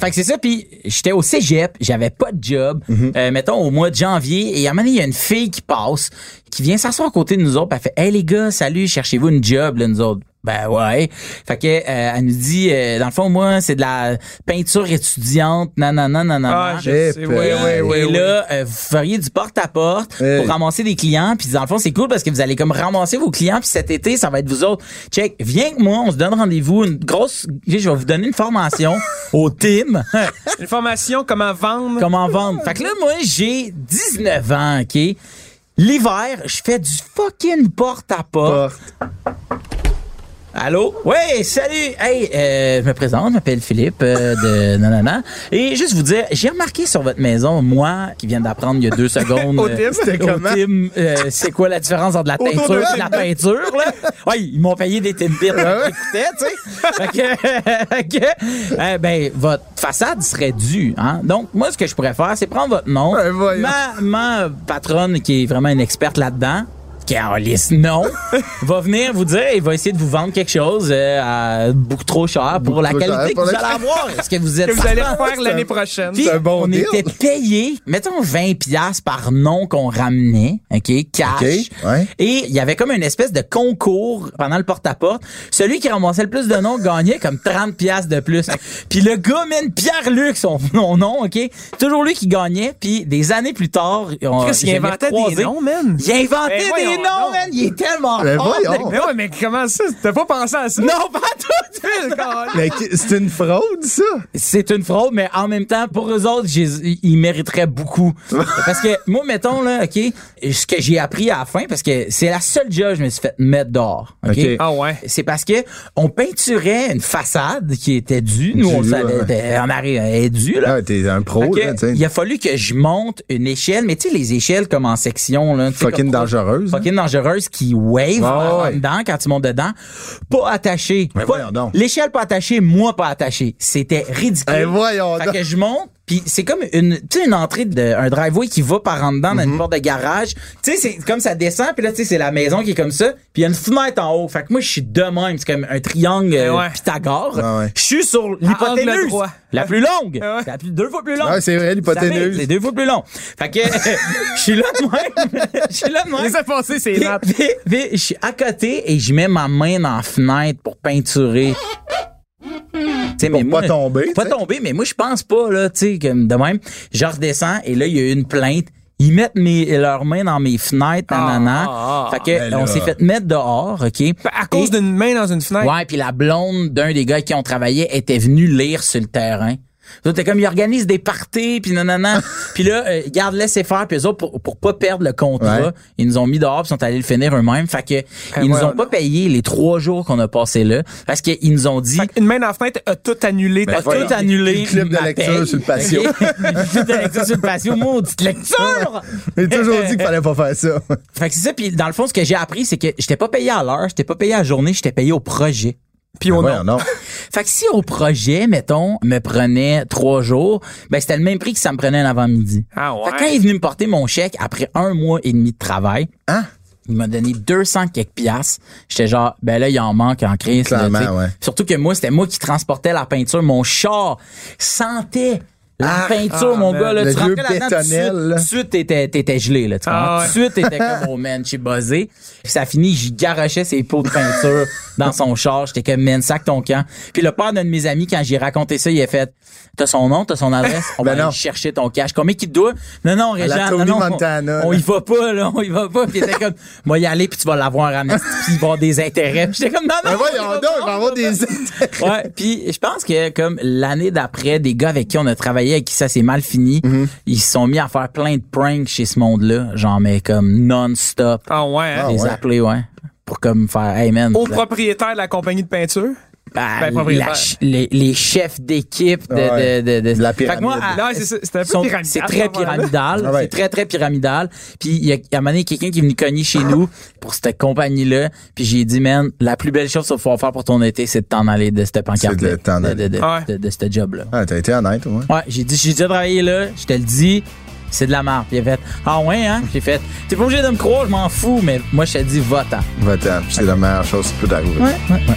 E: Fait que c'est ça, puis j'étais au cégep, j'avais pas de job,
C: Mm-hmm.
E: euh, mettons au mois de janvier, et à un moment donné, il y a une fille qui passe, qui vient s'asseoir à côté de nous autres, puis elle fait « Hey les gars, salut, cherchez-vous une job, là, nous autres? » Ben ouais. Fait que euh, elle nous dit euh, dans le fond moi c'est de la peinture étudiante non non non non non.
B: Ah,
E: non.
B: je sais. Oui,
C: Et-
B: oui, oui.
E: et
B: oui.
E: là, euh, vous feriez du porte-à-porte
C: Hey.
E: pour ramasser des clients. Puis dans le fond, c'est cool parce que vous allez comme ramasser vos clients. Puis cet été, ça va être vous autres. Check, viens que moi, on se donne rendez-vous. Une grosse... Je vais vous donner une formation au team.
B: Une formation comment vendre.
E: Comment vendre. Fait que là, moi, j'ai 19 ans, OK? L'hiver, je fais du fucking porte-à-porte.
C: Porte.
E: Allô? Oui, salut! Hey, euh, je me présente, je m'appelle Philippe euh, de Nanana. Et juste vous dire, j'ai remarqué sur votre maison, moi, qui viens d'apprendre il y a deux secondes.
C: Au
E: euh,
C: team, c'était
E: au
C: comment?
E: team, euh, c'est quoi la différence entre la
C: Autour
E: teinture
C: de
E: et la peinture, là? Ouais, ils m'ont payé des Timbits.
C: Ah
E: J'écoutais, tu sais. Fait que, fait que, euh, ben, votre façade serait due, hein? Donc, moi, ce que je pourrais faire, c'est prendre votre nom.
C: Ben, voyons.
E: ma, ma patronne, qui est vraiment une experte là-dedans, Carolis, non, va venir vous dire, il va essayer de vous vendre quelque chose euh, à beaucoup trop cher pour
C: Beaucoup
E: la
C: trop cher
E: qualité que
C: pour
E: vous
C: la-
E: allez avoir. Est-ce que vous êtes
B: que vous allez
E: savant?
B: faire l'année prochaine.
E: Puis,
C: C'est un bon
E: on
C: deal.
E: était payé, mettons 20 pièces par nom qu'on ramenait, OK, cash.
C: OK, ouais.
E: Et il y avait comme une espèce de concours pendant le porte-à-porte. Celui qui ramassait le plus de noms gagnait comme 30 pièces de plus. Puis le gars mène Pierre-Luc son nom, nom, OK, toujours lui qui gagnait, puis des années plus tard, on
B: Chris, il
E: je l'ai
B: inventait
E: croisé.
B: des noms, man.
E: Il inventait
B: Ben voyons
E: des noms,
B: donc.
E: man, il est tellement
C: Ben
E: fort.
C: voyons.
B: Mais ouais, mais comment ça? T'as pas pensé à ça?
E: Non, pas tout.
B: Phil, Colin.
C: Mais qui- c'est une fraude, ça?
E: c'est une fraude, mais en même temps, pour eux autres, j'ai- ils mériteraient beaucoup. parce que moi, mettons, là, OK, ce que j'ai appris à la fin, parce que c'est la seule job que je me suis fait mettre dehors. OK?
C: OK.
B: Ah ouais.
E: C'est parce que on peinturait une façade qui était due. Nous, on
C: Due,
E: savait,
C: ouais.
E: était- on arrive, elle est due, là.
C: Ah, t'es un pro,
E: Fait que,
C: là, tu
E: il
C: sais.
E: a fallu que je monte une échelle, mais tu sais, les échelles comme en section, là. tu sais,
C: Fucking
E: comme-
C: dangereuse.
E: Fucking dangereuse qui wave
C: Ah,
E: en
C: ouais.
E: dedans quand tu montes dedans. Pas attaché.
C: Mais
E: Pas-
C: voyons donc.
E: L'échelle pas attachée, moi pas attaché. C'était ridicule.
C: Eh, voyons
E: Fait
C: donc.
E: que je monte, puis c'est comme une, tu sais, une entrée d'un driveway qui va par en dedans dans
C: Mhm.
E: une porte de garage. Tu sais, c'est comme ça descend, puis là, tu sais, c'est la maison qui est comme ça, puis il y a une fenêtre en haut. Fait que moi, je suis de même. C'est comme un triangle euh,
B: Eh ouais.
E: Pythagore.
C: Ah ouais.
E: Je suis sur
B: angle
E: l'hypoténuse.
B: droit.
E: La plus longue.
B: Ah ouais.
E: La plus, deux fois plus longue.
C: Ah, c'est vrai,
E: Ça fait, C'est
C: l'hypoténuse.
E: deux fois plus long. Fait que je suis là de même. Je suis là de même.
B: Les a passés, c'est
E: Puis-
B: nappes.
E: puis- puis je suis à côté et je mets ma main dans la fenêtre pour peinturer. T'sais, mais
C: pas tomber,
E: Pas
C: t'sais.
E: tomber, mais moi, je pense pas, là, tu sais, comme de même. Je redescends et là, il y a eu une plainte. Ils mettent mes, leurs mains dans mes fenêtres, nanana.
B: ah, ah,
E: fait que,
C: ben
E: on
C: là.
E: s'est fait mettre dehors, OK?
B: À cause
E: Et-
B: d'une main dans une fenêtre.
E: Ouais, puis la blonde d'un des gars avec qui on travaillait était venue lire sur le terrain. C'était comme, ils organisent des parties, puis nanana. puis là, euh, garde, laissez faire. Puis eux autres, pour, pour pas perdre le contrat,
C: Ouais. Ben
E: ils nous ont mis dehors, puis sont allés le finir eux-mêmes. Fait que, ils nous
B: ouais,
E: ont pas payé les trois jours qu'on a passé là, parce qu'ils nous ont dit...
B: Fait qu'une main dans la fenêtre a tout annulé.
E: T'as
B: ta-
C: voyons.
E: tout annulé.
C: ben Le clip de
E: ma
C: lecture
E: paye.
C: sur le patio.
E: Ok. Le clip de lecture sur le patio. Maudite lecture!
C: J'ai toujours dit qu'il fallait pas faire ça.
E: Fait que c'est ça. Puis dans le fond, ce que j'ai appris, c'est que j'étais pas payé à l'heure, j'étais pas payé à la journée, j'étais payé au projet.
B: Puis on
C: Voyons, non.
E: Fait que si au projet, mettons, me prenait trois jours, ben c'était le même prix que ça me prenait un avant-midi.
B: Ah ouais.
E: Fait que quand il est venu me porter mon chèque après un mois et demi de travail,
C: Hein?
E: il m'a donné 200 quelques piastres. J'étais genre, ben là, il en manque en crise. là,
C: Clairement,
E: tu sais.
C: ouais.
E: Surtout que moi, c'était moi qui transportais la peinture. Mon char sentait la peinture, mon
B: man.
E: gars. Là,
C: Ah, Le
E: tu
C: vieux
E: rentrais là-dedans, tout de suite-
C: bétonnel, là.
E: tout de suite, t'étais, t'étais gelé. Là, tu comprends?
B: Ah ouais.
E: Tout de suite, t'étais comme, oh man, je suis buzzé. Puis ça a fini, j'y garochais ses pots de peinture dans son char. J'étais comme, man, sac ton camp. Puis le père d'un de mes amis, quand j'ai raconté ça, il a fait, t'as son nom, t'as son adresse, on
C: Ben
E: va
C: non.
E: aller chercher ton cash. Combien qu'il te doit? Non, non,
C: la
E: Régent, non,
C: Tony
E: non, on-
C: Montana,
E: on
C: là.
E: y va pas, là, on y va pas. Puis il était comme, moi y aller, puis tu vas l'avoir en esti, puis il va avoir des intérêts. Puis j'étais comme, non, non.
C: Ben
E: on
C: voyons
E: y va
C: donc,
E: pas,
C: il va
E: on
C: avoir
E: y
C: des...
E: pas. Ouais, puis je pense que comme l'année d'après, des gars avec qui on a travaillé, avec qui ça s'est mal fini,
C: Mm-hmm.
E: ils se sont mis à faire plein de pranks chez ce monde-là, genre mais comme non-stop,
B: Ah ouais. hein?
C: Ah
E: les
C: ouais.
E: appeler, ouais, pour comme faire, hey man,
B: Au
E: la-
B: propriétaire de la compagnie de peinture.
E: bah,
B: ben, propriétaire.
E: la ch- les, les chefs d'équipe de,
C: Ouais.
E: de, de, de-
C: De la
E: Fait que moi,
C: pyramide.
E: à-
B: Là, c'est ça, c'est un peu
E: sont-
B: pyramidal,
E: C'est
B: ce
E: très
B: moment-là.
E: pyramidal.
C: Ah ouais.
E: C'est très, très pyramidal. Puis, il y a, à un moment donné, quelqu'un qui est venu cogner chez nous pour cette compagnie-là. Puis, j'ai dit, man, la plus belle chose qu'il faut faire pour ton été, c'est de t'en aller de cette pancarte
C: de t'en
E: de, de,
C: aller.
E: de-
B: Ouais.
E: de- de ce job-là.
C: Ah, t'as été honnête, au moins.
E: Ouais, j'ai dit, j'ai déjà travaillé là. Je te le dis. C'est de la merde. Puis, il a fait, ah ouais, hein? J'ai fait, t'es pas obligé de me croire, je m'en fous, mais moi, je te dis, va-t'en.
C: Va-t'en, puis c'est la meilleure chose qui peut t'arriver.
E: Ouais, ouais, ouais.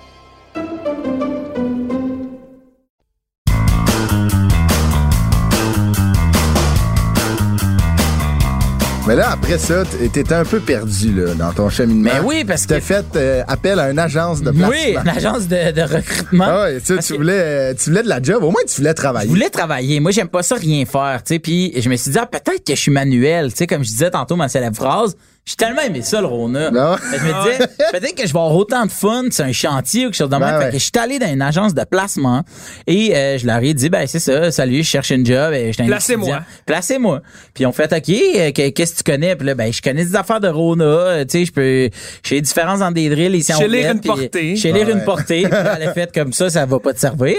C: Mais là, après ça, t- t'étais un peu perdu là, dans ton cheminement.
E: Mais Ben oui, parce
C: Hein? T'as
E: que-
C: fait euh, appel à une agence de placement.
E: Oui, une agence de, de recrutement.
C: Ah ouais, tu, sais,
E: Hein? Parce
C: tu
E: que-
C: voulais, euh, tu voulais de la job, au moins tu voulais travailler.
E: Je voulais travailler. Moi, j'aime pas ça rien faire, tu sais. Puis je me suis dit, ah, peut-être que je suis manuel, tu sais, comme je disais tantôt dans la phrase. J'ai tellement aimé ça, le Rona.
C: Non.
E: Fait que Je me
B: Ah
E: disais, peut-être que je vais avoir autant de fun sur un chantier ou quelque chose de même.
C: Ben
E: Fait
C: ouais.
E: que je suis allé dans une agence de placement et euh, je leur ai dit, ben c'est ça, salut, je cherche une job. Et j'étais un
B: Placez-moi.
E: étudiant. Placez-moi. Puis on fait, OK, euh, que- qu'est-ce que tu connais? Puis là, ben, je connais des affaires de Rona. euh, Tu sais, je peux, j'ai différents dans des drills ici en
B: Chez lire
E: roulette,
B: une
E: puis-
B: portée.
E: Chez lire une portée. Puis là, le fait comme ça, ça va pas te servir.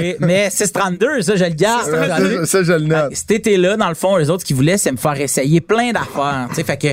E: Et- mais 632, ça, Ah, je le garde.
C: Ouais,
E: J'en ai-
C: ça, ça, je le
E: fait
C: note.
E: que cet été-là, dans le fond, les autres qui voulaient, c'est me faire essayer plein d'affaires. tu sais. fait que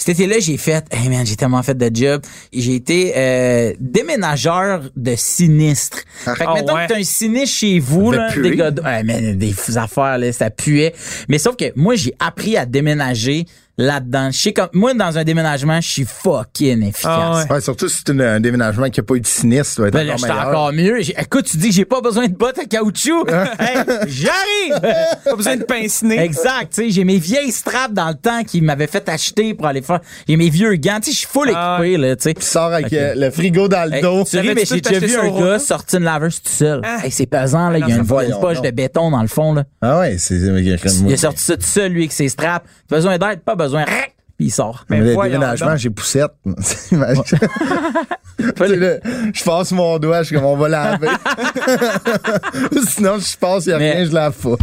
E: cet été-là, j'ai fait, hey man, j'ai tellement fait de job. J'ai été euh, déménageur de sinistre. Fait que
B: Ah
E: mettons
B: ouais.
E: que t'as un sinistre chez vous,
C: Ça
E: là,
C: fait
E: des
C: puer.
E: gars de- ouais, mais des fous affaires, là, ça puait. Mais sauf que moi, j'ai appris à déménager là-dedans. Je sais comme moi, dans un déménagement, je suis fucking efficace.
B: Ah ouais.
C: Ouais, surtout si c'est une- un déménagement qui n'a pas eu de sinistre, ça doit être
E: Ben là,
C: encore
E: j'étais
C: meilleur.
E: encore mieux. J'ai- Écoute, tu dis que j'ai pas besoin de bottes à caoutchouc. Hey, j'arrive!
B: Pas besoin de pinciner.
E: Exact, tu sais, j'ai mes vieilles straps dans le temps qui m'avaient fait acheter pour aller faire. J'ai mes vieux gants, tu sais, je suis full
B: Ah.
E: équipé là, tu sais.
C: Tu sors avec euh, le frigo dans le
E: Hey,
C: dos.
E: tu ris, mais
B: T'avais-tu
E: j'ai
B: tout acheté
E: déjà vu
B: sur
E: un
B: Rona?
E: gars sortir une laveuse tout seul.
B: Ah.
E: Hey, c'est pesant, là. Il y a
B: Non,
E: une,
B: ça
E: une
C: voyons,
E: poche
C: non.
E: de béton dans le fond, là.
C: Ah ouais, c'est...
E: Il a sorti ça tout seul, lui, avec ses straps. Pas besoin d'aide, pas besoin. Rac! Puis il sort.
B: Mais
C: le
B: voyons
C: déménagement,
B: donc.
C: j'ai poussette. Imagine. Tu sais, là, je passe mon doigt, je suis comme on va laver. Sinon, je passe, il n'y a
E: Mais-
C: rien, je lave pas.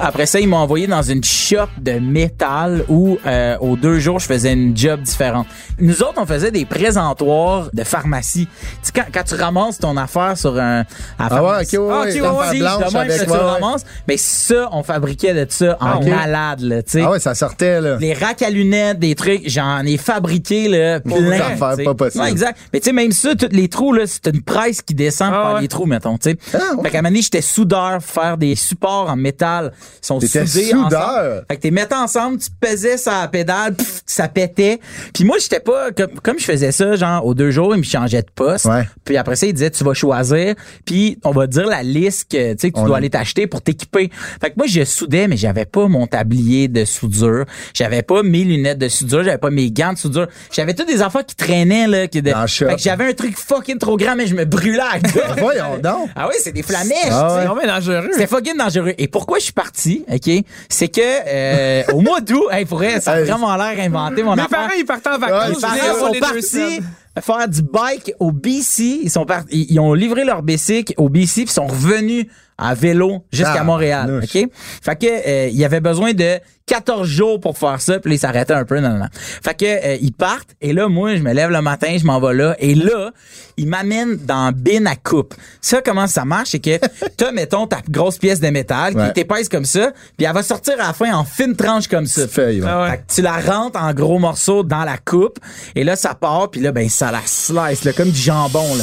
E: Après ça, ils m'ont envoyé dans une shop de métal où, euh, aux deux jours, je faisais une job différente. Nous autres, on faisait des présentoirs de pharmacie. Tu sais, quand, quand tu ramasses ton affaire sur un... à
C: Ah ouais,
E: pharmacie,
C: ok, ouais,
B: Ah,
C: ouais,
B: ok, ouais,
C: t'as une
B: ouais,
C: paire
B: si,
C: blanche
E: de même
C: avec
E: que tu
C: ouais, ouais.
E: ramasses. Mais ça, on fabriquait de ça en
C: Ah, ok.
E: malade, là, tu sais.
C: Ah ouais, ça sortait, là.
E: Les racks à lunettes, des trucs, j'en ai fabriqué là,
C: des
E: plein.
C: affaires
E: tu sais.
C: pas possibles.
E: Ouais, exact. Mais tu sais, même ça, tous les trous, là, c'est une presse qui descend pour
B: Ah
E: faire
B: ouais.
E: des trous, mettons. tu sais.
C: Ah ouais.
E: Fait qu'à un moment donné, j'étais soudeur, faire des supports en métal. Ils sont
C: T'étais
E: soudés
C: soudeur?
E: ensemble. Fait que t'es mettais ensemble, tu pesais ça à la pédale, pff, ça pétait. Puis moi, j'étais pas. Comme, comme je faisais ça, genre, aux deux jours, ils me changeaient de poste.
C: Ouais.
E: Puis après ça, ils disaient, tu vas choisir. Puis on va te dire la liste que, tu sais, que tu
C: On
E: dois
C: a-
E: aller t'acheter pour t'équiper. Fait que moi, je soudais, mais j'avais pas mon tablier de soudure. J'avais pas mes lunettes de soudure. J'avais pas mes gants de soudure. J'avais toutes des affaires qui traînaient, là. Qui de-
C: Dans le
E: Fait
C: shop.
E: que j'avais un truc fucking trop grand, mais je me brûlais à la gueule.
C: Voyons donc.
E: Ah oui, c'est des flamèches,
C: Ah
E: tu sais.
B: C'est vraiment dangereux.
E: C'était fucking dangereux. Et pourquoi je suis parti, OK? C'est que euh, au mois d'août, hey, pour vrai, ça a
C: Hey.
E: vraiment l'air inventé mon
B: Mes
E: affaire.
B: parents, ils partent en vacances.
C: Ouais,
E: Mes
B: je les
C: c'est ça.
E: parents
B: laisse sur
E: sont
B: les deux
E: partis
B: semaines.
E: faire du bike au BC. Ils sont partis, ils ils ont livré leur bicycle au BC puis sont revenus à vélo jusqu'à
C: Ah,
E: Montréal.
C: louche.
E: OK? Fait que euh, il y avait besoin de 14 jours pour faire ça, puis là, ils s'arrêtaient un peu, non, non, non. Fait que euh, ils partent, et là, moi, je me lève le matin, je m'en vais là, et là, ils m'amènent dans la bin à coupe. Ça, comment ça marche, c'est que t'as, mettons, ta grosse pièce de métal
C: Ouais.
E: qui t'épaisse comme ça, puis elle va sortir à la fin en fine tranche comme ça.
C: Petite feuille, ouais.
B: Ah ouais.
E: Fait que tu la rentres en gros morceaux dans la coupe et là ça part puis là ben ça la slice là, comme du jambon là.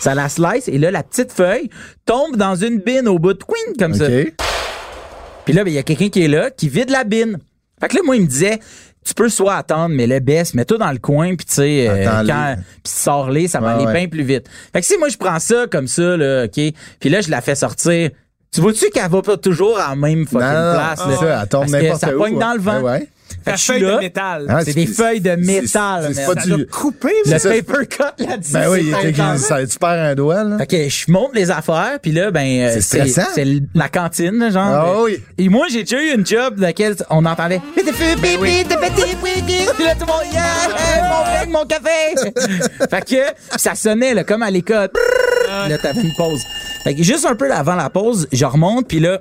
E: Ça la slice et là la petite feuille tombe dans une bine au bout de queen comme ça.
C: OK.
E: Puis là, ben, il y a quelqu'un qui est là, qui vide la bine. Fait que là, moi, il me disait, tu peux soit attendre, mais le baisse, mets-toi dans le coin, puis tu sais, euh,
C: Attends-les.
E: quand, puis sors-les, ça va
C: Ouais,
E: aller
C: ouais.
E: bien plus vite. Fait que si moi, je prends ça comme ça, là, OK, puis là, je la fais sortir, tu vois-tu qu'elle va pas toujours à la même fucking
C: Non, non, non,
E: place,
C: c'est
E: là?
C: ça, elle tombe
E: Parce que
C: n'importe
E: ça
C: où,
E: pogne
C: ouais.
E: dans le vent.
C: Ouais, ouais.
B: Ta
E: Fait que je suis
B: feuille de
E: là.
B: métal.
C: Ah,
E: C'est des feuilles de
C: c'est-
E: métal,
C: c'est- C'est
E: merde.
C: pas
B: Ça
C: du.
B: l'a coupé,
E: Le
B: mais
C: ça.
E: paper cut, là, dessus
C: Ben oui, il
E: c'est
C: était
E: intense.
C: ça, tu perds un doigt, là.
E: Fait que je monte les affaires, puis là, ben, euh,
C: C'est
E: c'est
C: stressant.
E: c'est l- la cantine, là, genre.
C: Ah
E: Euh,
C: oui.
E: Et moi, j'ai déjà eu une job dans laquelle on entendait. Puis
C: Ben
E: là, tout le monde, yeah, hey, mon
C: Ah.
E: pain, mon café. fait que ça sonnait, là, comme à
C: Ah.
E: l'école. Brrr. là, t'avais une pause. Fait que juste un peu avant la pause, je remonte, puis là,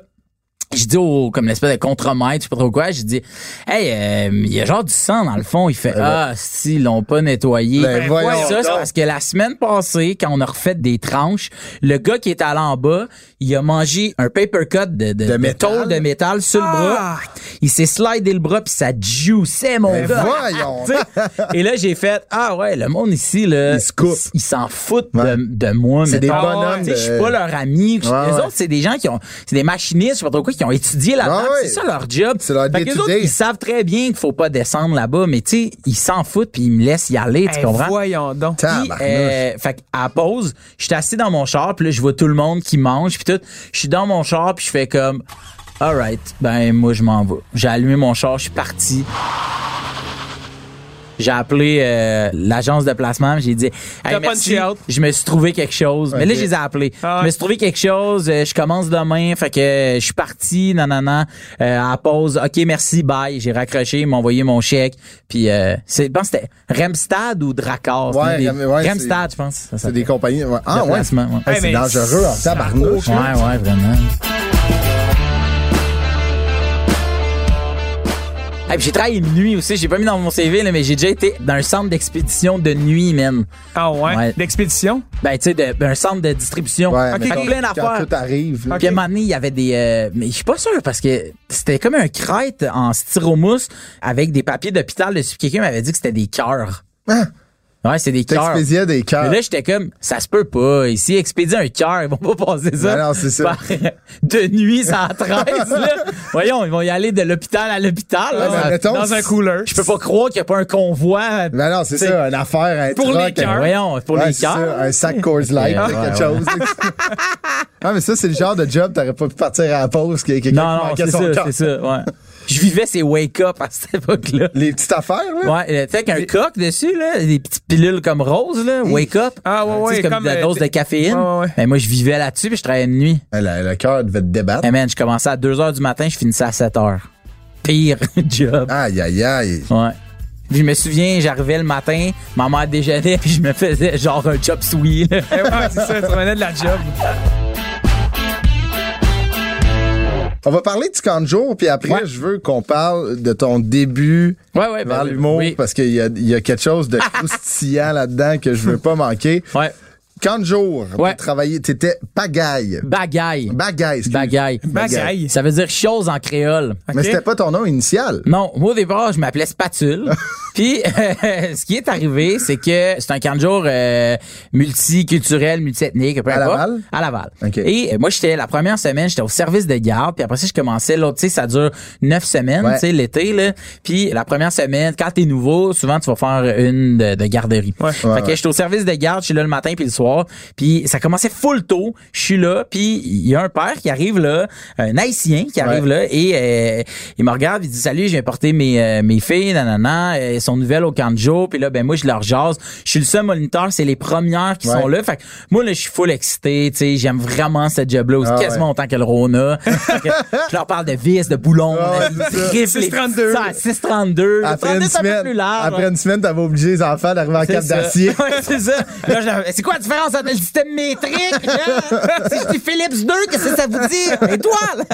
E: je dis au, comme l'espèce de contre-maître, je sais pas trop quoi, je dis, hey, euh, il y a genre du sang dans le fond. Il fait, ah, si, ils l'ont pas nettoyé.
C: Ben, voyons
E: ça, c'est parce que la semaine passée, quand on a refait des tranches, le gars qui est allé en bas, il a mangé un paper cut de, de, de
C: métal. Ah!
E: tôle de métal sur le bras. Il s'est slidé le bras puis ça juiçait, mon gars.
C: Ben voyons.
E: euh, Tu sais? Et là, j'ai fait, ah ouais, le monde ici, là.
C: Ils se coupent.
E: Ils s'en foutent
C: Ouais.
E: de, de moi.
C: C'est des
E: mettons.
C: bonhommes
E: Tu sais, Je suis
C: de-
E: pas leur ami.
C: Ouais,
E: les
C: ouais.
E: autres, c'est des gens qui ont, c'est des machinistes, je sais pas trop quoi, qui ont étudié là-bas.
C: Ouais,
E: C'est
C: ouais.
E: ça leur job.
C: C'est leur
E: Fait que les
C: day-to-day.
E: autres, ils savent très bien qu'il faut pas descendre là-bas, mais tu sais, ils s'en foutent puis ils me laissent y aller, tu
B: Hey,
E: comprends?
B: voyons donc.
E: Puis, euh, fait que à la pause, j'étais assis dans mon char, puis là, je vois tout le monde qui mange, puis tout. Je suis dans mon char, puis je fais comme, alright, ben moi je m'en vais. J'ai allumé mon char, je suis parti. J'ai appelé euh, l'agence de placement, puis j'ai dit, hey,
B: T'as
E: merci,
B: punché out.
E: je me suis trouvé quelque chose. Mais là,
C: Ok.
E: je les ai appelés.
B: Ah ouais.
E: Je me suis trouvé quelque chose, euh, je commence demain, fait que euh, je suis parti, nanana, euh, à la pause. OK, merci, bye. J'ai raccroché, ils m'ont envoyé mon chèque. Puis, euh, c'est- je pense que c'était Remstad ou Dracar.
C: Ouais,
E: C'était des-
C: Rem- ouais,
E: Remstad, je pense. Ça
C: C'est
E: s'appelle.
C: des compagnies. ouais. Ah
E: De
C: ouais.
E: placement, ouais.
B: Hey,
C: Hey, c'est
B: mais
C: dangereux en
B: ça a
C: tabarnouche.
E: Ouais,
C: là.
E: ouais, vraiment. Hey, puis j'ai travaillé de nuit aussi, j'ai pas mis dans mon CV, là, mais j'ai déjà été dans un centre d'expédition de nuit, même.
B: Ah ouais?
E: Ouais.
B: D'expédition?
E: Ben, tu sais, de- un centre de distribution.
C: Ouais,
B: Ok.
C: mais quand-
E: Plein d'affaires.
C: Quand tout arrive. là.
E: Puis à un moment donné, il y avait des... euh, mais je suis pas sûr, parce que c'était comme un crête en styromousse avec des papiers d'hôpital dessus. Puis Quelqu'un m'avait dit que c'était des cœurs.
C: Hein?
E: Ouais, c'est des cœurs.
C: T'expédiais des
E: Mais
C: cœurs.
E: là, j'étais comme, ça se peut pas. Ici, expédier un cœur, ils vont pas passer ça.
C: Ben non, c'est ça.
E: par- de nuit, ça à 13, là. Voyons, ils vont y aller de l'hôpital à l'hôpital. là.
C: Ouais, ben,
E: Ça-
C: mettons,
B: Dans un cooler.
E: je peux pas croire qu'il n'y a pas un convoi.
C: Ben non, c'est
E: T'sais,
C: ça, une affaire, un
B: Pour les
C: truc, un-
B: cœurs.
E: Voyons, pour
C: Ouais,
E: les
C: c'est ça,
E: cœurs.
C: Un sac Coors Light,
E: Ouais,
C: quelque
E: ouais,
C: chose. ah, mais ça, c'est le genre de job, t'aurais pas pu partir à la pause, qu'il y ait quelqu'un
E: Non,
C: qui
E: non,
C: manquait
E: c'est
C: son
E: ça,
C: cœur.
E: c'est ça, ouais. Je vivais ces wake-up à cette époque-là.
C: Les petites affaires, là.
E: Ouais, euh, tu sais, qu'un coq dessus, là, des petites pilules comme rose, là, wake up.
B: Ah, ouais,
E: Tu sais,
B: ouais,
E: c'est comme,
B: comme,
E: de la
B: euh,
E: dose de
B: des-
E: caféine.
B: Ouais, ouais, ouais.
E: Ben, moi, je vivais là-dessus, puis je travaillais de nuit.
C: Eh, Le, le cœur devait te débattre.
E: Hey man, je commençais à 2 h du matin, je finissais à 7 h. Pire job.
C: Aïe, aïe, aïe.
E: Ouais. Puis je me souviens, j'arrivais le matin, maman déjeunait, puis je me faisais genre un chop suey. là.
B: Eh ouais, c'est ça, tu revenais de la job.
C: On va parler du camp de jour, puis après,
E: Ouais.
C: je veux qu'on parle de ton début
E: Ouais, ouais, ben
C: vers
E: oui.
C: l'humour,
E: Oui.
C: parce qu'il y a, il y a quelque chose de croustillant là-dedans que je veux pas manquer.
E: Ouais.
C: Camp de jour,
E: Ouais.
C: t'as travaillé, t'étais pagaille.
E: Bagaille.
C: Bagaille. excuse.
E: Bagaille.
B: Bagaille.
E: Ça veut dire chose en créole.
C: Mais c'était pas ton nom initial.
E: Non, moi au départ, je m'appelais Spatule. Puis euh, ce qui est arrivé, c'est que c'est un camp de jour euh, multiculturel, multiethnique, peu
C: À
E: importe.
C: Laval?
E: À Laval.
C: OK.
E: Et euh, moi j'étais la première semaine, j'étais au service de garde, puis après ça je commençais l'autre, tu sais ça dure neuf semaines,
C: Ouais.
E: tu sais l'été là. Puis la première semaine, quand t'es nouveau, souvent tu vas faire une de, de garderie. fait
C: Ouais,
E: que
C: ouais.
E: j'étais au service de garde, je suis là le matin puis le soir, puis ça commençait full tôt, je suis là, puis il y a un père qui arrive là, un haïtien qui arrive
C: Ouais.
E: là et euh, il me regarde, il dit salut, j'ai apporté mes euh, mes filles, nanana, euh, elles sont nouvelles au camp de jour, puis là ben moi je leur jase, je suis le seul moniteur, c'est les premières qui
C: Ouais.
E: sont là, fait que moi là je suis full excité, tu sais, j'aime vraiment ce job là,
C: Ah ouais.
E: quasiment autant que le Rona. Fait que je leur parle de vis, de boulons,
C: Ah ouais,
E: de
C: c'est ça.
E: griffes, les-
B: 632.
E: ça, 632,
C: Après
E: 32,
C: une,
E: c'est un peu
C: semaine,
E: plus large.
C: après une semaine, t'avais obligé les enfants d'arriver en cap
E: C'est ça.
C: d'acier.
E: Ouais, c'est ça. Là, je- c'est quoi la différence entre le système métrique? hein? si je dis Philips 2, qu'est-ce que ça vous dit? Étoile!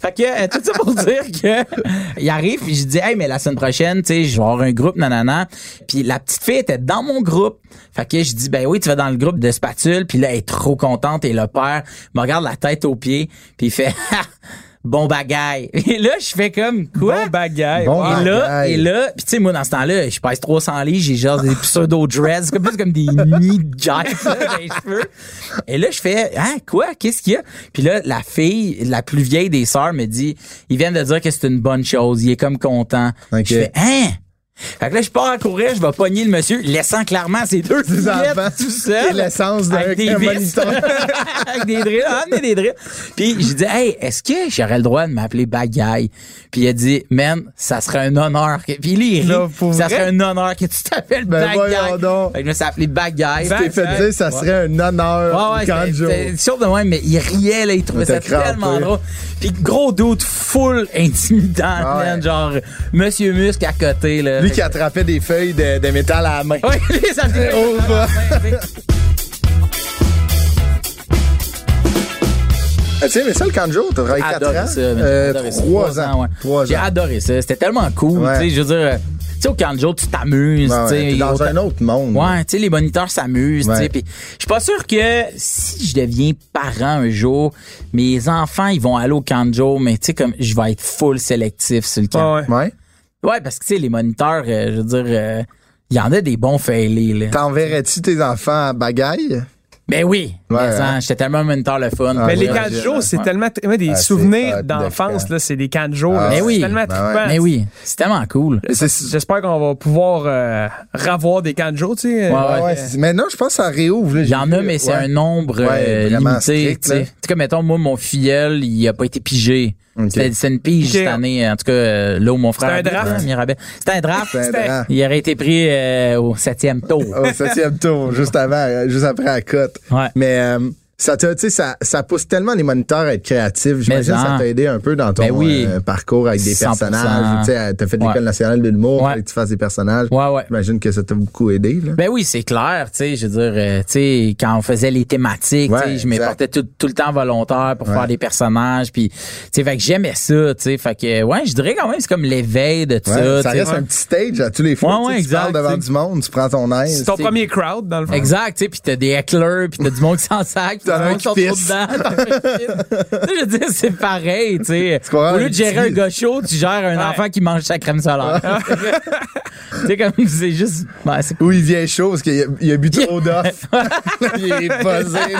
E: fait que, euh, tout ça pour dire que, il arrive, puis je dis, hey, mais la semaine prochaine, tu sais, je vais avoir un groupe, nanana. Puis la petite fille était dans mon groupe. Fait que je dis, ben oui, tu vas dans le groupe de spatule, puis là, elle est trop contente, et le père me regarde la tête aux pieds, puis il fait, Ah, bon bagaille. Et là, je fais comme, quoi?
B: Bon bagaille.
C: Bon
B: Ouais.
E: Et là,
C: Aïe.
E: et là, puis tu sais, moi, dans ce temps-là, je pèse 300 livres, j'ai genre des pseudo-dreads, comme plus comme des mini-jacks là, dans les cheveux. Et là, je fais, hein, quoi? Qu'est-ce qu'il y a? Puis là, la fille, la plus vieille des sœurs me dit, ils viennent de dire que c'est une bonne chose, il est comme content.
C: Ok.
E: Je fais, hein? Fait que là, je pars à courir, je vais pogner le monsieur, laissant clairement ses deux
C: Des
E: fillettes
C: enfants.
E: tout seul.
C: Et l'essence d'un-
E: Avec des
C: un
E: vis.
C: moniteur.
E: avec des drills, hein, amener des drills. Puis je dis "Hey, est-ce que j'aurais le droit de m'appeler Bagaille Puis il a dit "Man, ça serait un honneur." que- Puis lui, il rit.
C: Là, pour
E: ça
C: vrai?
E: serait un honneur que tu t'appelles
C: Ben, voyons
E: Bagaille.
C: donc.
E: Fait que je me suis appelé Bagaille.
B: Ben,
C: T'es fait
B: Ouais.
C: dire, ça serait un honneur
E: Ouais,
C: au camp
E: ouais,
C: de jour.
E: c'était sûr de moi, mais il riait, là, il trouvait
C: Il t'a
E: ça tellement
C: crampé.
E: drôle. Puis gros doute full intimidant,
C: Ah, ouais.
E: man, genre Monsieur Muscle à côté, là.
C: Lui qui attrapait des feuilles de, de métal à la main.
E: Ouais, lui, ça me fait-
C: Au revoir. Ah, Tiens, mais ça, le canjo, t'as travaillé 4
E: adoré
C: ans.
E: ça. man. J'ai
C: euh,
E: adoré ça.
C: trois ans.
E: ouais.
C: Trois
E: J'ai
C: ans.
E: adoré ça. C'était tellement cool.
C: Ouais.
E: Tu sais, je veux dire, euh, tu sais, au camp de jour, tu t'amuses.
C: Ouais,
E: tu
C: ouais,
E: sais,
C: t'es dans
E: autant-
C: un autre monde.
E: Ouais, tu sais, les moniteurs s'amusent, tu
C: Ouais.
E: sais. Puis, je suis pas sûr que si je deviens parent un jour, mes enfants, ils vont aller au camp de jour, mais tu sais, comme, je vais être full sélectif sur le camp.
B: Ah ouais.
C: Ouais.
E: Ouais, parce que tu sais, les moniteurs, euh, je veux dire, euh, il y en a des bons failés, là.
C: T'enverrais-tu tes enfants à bagaille?
E: Ben oui,
C: Ouais,
E: mais ça,
C: hein.
E: j'étais tellement un moniteur le fun.
C: Ah,
B: Mais les
C: ouais,
B: camps de
C: ouais,
B: jour, c'est
E: ouais.
B: tellement. t- ouais, des
C: Ah, c'est
B: souvenirs
C: hot de
B: d'enfance,
C: camp.
B: là, c'est des camps de jour. là.
C: Ah,
B: c'est
E: oui.
B: tellement
C: Ben ouais.
B: trippant.
E: Mais oui, c'est tellement cool.
C: Mais c'est-
B: J'espère qu'on va pouvoir euh, ravoir des camps de jour, tu sais.
E: Ouais,
C: Ah ouais, c'est- mais non, je pense à réouvre. là,
E: Il y
C: j'ai
E: en
C: vu,
E: a, mais c'est
C: ouais.
E: un nombre euh,
C: Ouais, vraiment
E: limité.
C: strict,
E: Tu sais.
C: là.
E: En tout cas, mettons, moi, mon filleul, il a pas été pigé. C'était- C'est une pige
B: Ok.
E: cette année. En tout cas, euh, là où mon frère.
B: C'était un
E: habite,
B: draft.
E: hein, Mirabel. C'était un draft.
C: C'est un Oh. draft.
E: Il aurait été pris euh, au septième tour.
C: Au septième tour, juste avant, euh, juste après la cote.
E: Ouais.
C: Mais euh, ça t'a, tu sais, ça, ça pousse tellement les moniteurs à être créatifs. J'imagine que
E: en.
C: ça t'a aidé un peu dans ton
E: hein. Ben oui.
C: euh, parcours avec des
E: 100%.
C: personnages. Tu sais, euh, t'as fait de l'école
E: Ouais.
C: nationale de l'humour,
E: Ouais.
C: fallait que tu fasses des personnages.
E: Ouais, ouais.
C: J'imagine que ça t'a beaucoup aidé. Là.
E: Ben oui, c'est clair, tu sais, je veux dire, euh, tu sais, quand on faisait les thématiques,
C: Ouais,
E: tu sais, je me
C: exact.
E: portais tout, tout le temps volontaire pour
C: Ouais.
E: faire des personnages, puis, tu sais, fait que j'aimais ça, tu sais, fait que, ouais, je dirais quand même, c'est comme l'éveil de tout
C: Ouais,
E: ça,
C: ça
E: tu sais.
C: reste un petit stage à tous les fois.
E: Ouais,
C: tu sais,
E: ouais,
C: tu parles
E: exact,
C: devant
E: tu sais.
C: du monde, tu prends ton air.
B: C'est ton
E: c'est-
B: premier crowd, dans le fond.
E: Exact, tu sais, puis t'as des hecklers, puis t'as du monde qui s'en sac, puis
C: T'en
E: t'as
C: as
E: du
C: un
E: monde qui
C: qui
E: sont trop
C: pisse.
E: dedans. t'en as un qui pisse. Tu sais, je veux dire, c'est pareil, tu sais.
C: crois
E: Au
C: un
E: lieu de gérer un
C: petit-
E: gars chaud, tu gères un
B: Ouais.
E: enfant qui mange sa crème solaire. tu sais, comme, c'est juste, ouais, c'est
C: Ou il vient chaud parce qu'il a, il a bu trop d'off. il est buzzé.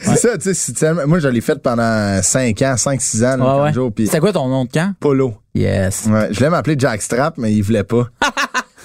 C: C'est ça, tu sais. c'est tellement- Moi, je l'ai fait pendant 5 ans, 5-6 ans, là,
E: Ouais, ouais.
C: jour, puis
E: C'était quoi ton nom de camp?
C: Polo.
E: Yes.
C: Ouais, je voulais m'appeler Jack Strap, mais il voulait pas.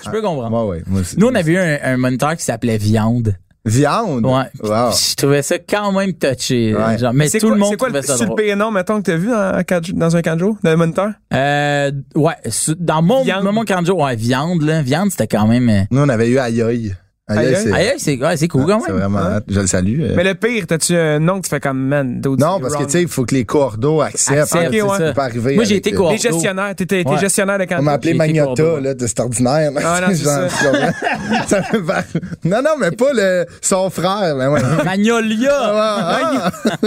E: Je peux comprendre.
C: Ouais, ouais, moi aussi.
E: Ah. Nous, on avait eu un, un moniteur qui s'appelait Viande.
C: Viande?
E: Ouais.
C: Wow.
E: Puis Je trouvais ça quand même touché.
C: Ouais.
E: Genre, mais
B: C'est
E: tout
B: quoi,
E: le monde
B: c'est quoi
E: trouvait ça
B: sur le
E: drôle.
B: PNO, mettons, que t'as vu hein, dans, un camp de- dans un camp de jour, dans le moniteur?
E: Euh, ouais, su- dans mon
B: Viande.
E: moment canjo, ouais, viande, là. Viande, c'était quand même. euh,
C: Nous, on avait eu Aïe Aïe. Aïe Aïe,
B: Aïe Aïe?
C: c'est.
E: Aïe, aïe, c'est ouais, c'est cool quand
C: C'est
E: même.
C: vraiment. hot. Je le salue. euh.
B: Mais le pire, t'as-tu un nom que tu fais comme, man, dude,
C: non,
B: c'est
C: parce que,
B: wrong.
C: tu sais, il faut que les cordeaux acceptent.
E: Accepte,
B: Ok,
E: c'est
B: ouais.
E: ça.
C: C'est pas arrivé
E: Moi, j'ai
C: avec,
E: été
C: euh,
E: quoi?
B: Les gestionnaires, t'étais t'es
E: Ouais.
B: gestionnaire de camp
C: On
B: de
C: m'a
B: jour.
C: appelé
E: J'ai été cordeau.
C: Magnota, là, de cet ordinaire.
B: Ah, non, c'est ça.
C: tu comprends? Ça fait pas- non, non, mais pas le, son frère. mais ouais.
E: Magnolia!
C: Ah, ah.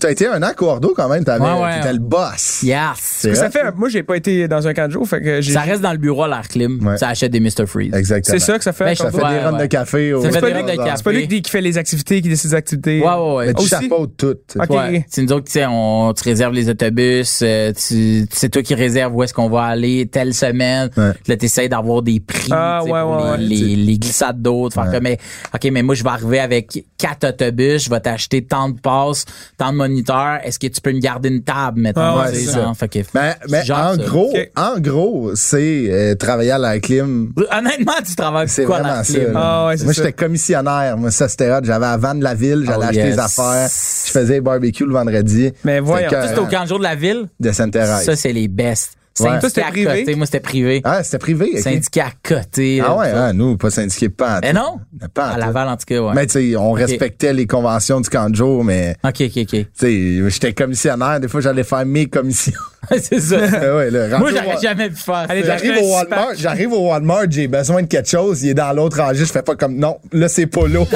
C: T'as été un an cordeau quand même, t'avais,
E: Ouais, ouais.
C: t'étais le boss.
E: Yes!
C: C'est
B: Ça
C: vrai?
B: fait, un- moi, j'ai pas été dans un camp de jour, fait que j'ai-
E: Ça reste dans le bureau à l'air clim.
C: Ouais.
E: Ça achète des Mr. Freeze.
C: Exactement.
B: C'est ça que ça fait.
E: Ben,
B: un
E: je
B: camp de
C: Ça fait
B: jour.
E: Ouais,
C: des runs
E: ouais.
C: de café. au-
E: Ça fait
B: des
E: runs de café.
B: C'est pas lui qui, qui fait les activités, qui décide des activités.
E: Ouais, ouais, ouais.
C: Mais tu
B: Aussi.
C: chapeautes tout.
B: Ok.
E: Ouais. C'est nous autres, tu sais, on te réserve les autobus, euh, tu, c'est toi qui réserve où est-ce qu'on va aller telle semaine.
C: Ouais.
E: Là, t'essayes d'avoir des prix
B: Ah,
E: tu sais,
B: ouais,
E: pour
B: ouais,
E: les,
B: ouais.
E: les- les glissades d'eau, de faire comme, mais, OK, mais moi, je vais arriver avec quatre autobus, je vais t'acheter tant de passes, tant de moniteurs, est-ce que tu peux me garder une table, mettons?
B: Ah, ouais,
E: tu sais,
C: c'est ça.
E: genre, fait que-
C: Mais,
E: tu
C: Ben, mais
E: gères
C: en,
E: ça.
C: gros,
B: Ok.
C: en gros, c'est euh, travailler à la clim.
E: Honnêtement, tu travailles
C: C'est
E: pour quoi,
C: vraiment
E: la
C: ça.
E: clim?
C: là.
B: Ah ouais, c'est
C: moi,
B: ça.
C: j'étais commissionnaire. Moi, ça, c'était hot. J'avais la van de la ville. J'allais
E: Oh,
C: acheter
E: yes.
C: les affaires. Je faisais les barbecues le vendredi.
B: Mais voyons,
C: C'était
B: ça,
E: Juste Ah, au camp de jour de la ville,
C: de Sainte-Thérèse.
E: ça, c'est les best.
C: Ouais.
E: Syndicat
B: Toi, c'était
E: à
B: privé?
E: côté, Moi, c'était privé.
C: Ah, c'était privé. ok.
E: Syndicat à côté. là,
C: Ah ouais,
E: tout ça.
C: ah, nous, pas syndiqué, pas en
E: Mais
C: tout.
E: non?
C: Pas en
E: À
C: tout.
E: Laval, en tout cas, ouais.
C: Mais tu sais, on respectait les conventions du camp de jour, mais
E: OK, OK, OK.
C: tu sais, j'étais commissionnaire. Des fois, j'allais faire mes commissions.
E: c'est ça.
C: Ah ouais, là,
E: Moi,
C: rendu au-
E: j'aurais jamais pu faire
B: Allez,
E: ça.
B: Jack.
C: J'arrive au Walmart, j'arrive au Walmart, j'ai besoin de quelque chose, il est dans l'autre rangée, je fais pas comme non, là c'est Polo.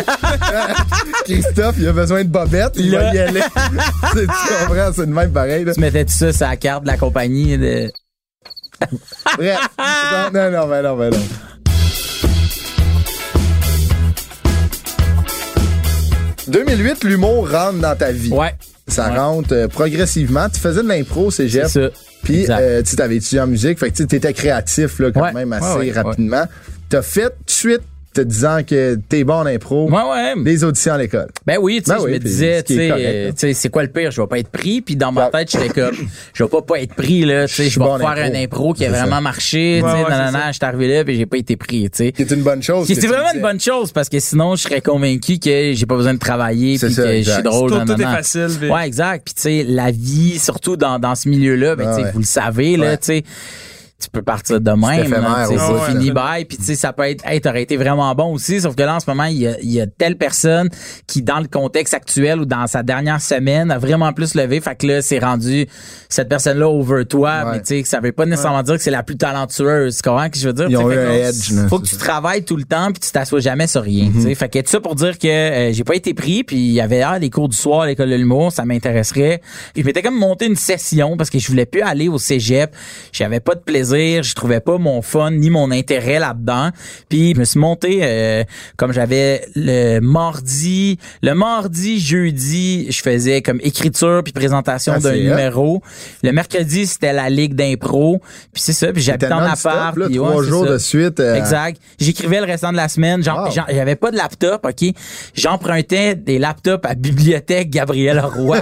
C: Christophe, il a besoin de bobette, il
E: Là.
C: va y aller. c'est tu comprends, c'est de même pareil. là.
E: Tu mettais tout ça sur la carte de la compagnie. De...
C: Bref. Non, non, non, mais non, mais non. « 2008, l'humour rentre dans ta vie.
E: Ouais.
C: Ça
E: Ouais.
C: rentre euh, progressivement. Tu faisais de l'impro,
E: C'est
C: cégep.
E: ça.
C: Puis
E: Exact.
C: euh, tu avais étudié en musique, fait que tu étais créatif là, quand
E: Ouais.
C: même
E: Ouais,
C: assez
E: ouais,
C: rapidement. T'as fait tout de suite te disant que t'es bon en impro,
E: Ouais, ouais.
C: les auditions à l'école.
E: Ben oui, tu sais,
C: Ben oui,
E: je me
C: puis
E: disais,
C: ce qui
E: tu
C: est
E: sais,
C: correct,
E: euh,
C: là.
E: tu sais, c'est quoi le pire? Je vais pas être pris. Puis dans ma
C: Ouais.
E: tête, j'étais comme, je vais pas pas être pris, là. Tu sais,
C: Je suis
E: je vais
C: bon en
E: faire
C: impro.
E: un impro qui a
C: C'est ça.
E: vraiment marché.
B: Ouais,
E: tu sais,
B: ouais,
E: nanana,
B: c'est ça.
E: je suis arrivé là, puis j'ai pas été pris, tu sais.
C: C'est une bonne chose.
E: Puis
C: que
E: C'est
C: tu
E: vraiment
C: disais.
E: une bonne chose parce que sinon je serais convaincu que j'ai pas besoin de travailler
C: C'est
E: puis
C: ça,
E: que je suis
C: exact.
E: drôle.
B: Tout- tout
E: nanana.
B: est facile, puis-
E: Ouais, exact. Puis tu sais la vie surtout dans, dans ce milieu-là, ben,
C: Ah
E: tu sais,
C: ouais.
E: vous le savez là,
C: Ouais.
E: tu sais tu peux partir de même.
C: éphémère,
E: là, tu sais,
C: ouais,
E: c'est
B: ouais.
E: fini, bye. Puis tu sais, ça peut être, hey, t'aurais été vraiment bon aussi. Sauf que là, en ce moment, il y, a, il y a telle personne qui, dans le contexte actuel ou dans sa dernière semaine, a vraiment plus levé. Fait que là, c'est rendu cette personne-là over toi.
C: Ouais.
E: Mais tu sais, que ça veut pas nécessairement dire que c'est la plus talentueuse. Tu comprends ce que je veux dire?
C: Ils ont eu
E: Tu sais, fait
C: un
E: qu'on-
C: edge, là,
E: Faut que
C: c'est
E: tu travailles tout le temps puis tu t'assois jamais sur rien.
C: Mhm.
E: tu sais. Fait que tout ça pour dire que euh, j'ai pas été pris puis il y avait ah, les cours du soir, à l'école de l'humour, ça m'intéresserait. Puis je m'étais comme monté une session parce que je voulais plus aller au cégep. J'avais pas de plaisir, je trouvais pas mon fun ni mon intérêt là-dedans. Puis je me suis monté euh, comme j'avais le mardi, le mardi, jeudi, je faisais comme écriture puis présentation
C: Ah,
E: d'un
C: c'est hot.
E: numéro. Le mercredi, c'était la ligue d'impro. Puis c'est ça, puis j'habitais en
C: non-stop,
E: appart,
C: là,
E: puis
C: trois
E: ouais, c'est
C: jours
E: ça.
C: de suite. euh,
E: Exact. J'écrivais le restant de la semaine. J'en-
C: Wow.
E: j'en- J'avais pas de laptop, OK? J'empruntais des laptops à Bibliothèque Gabriel Roy.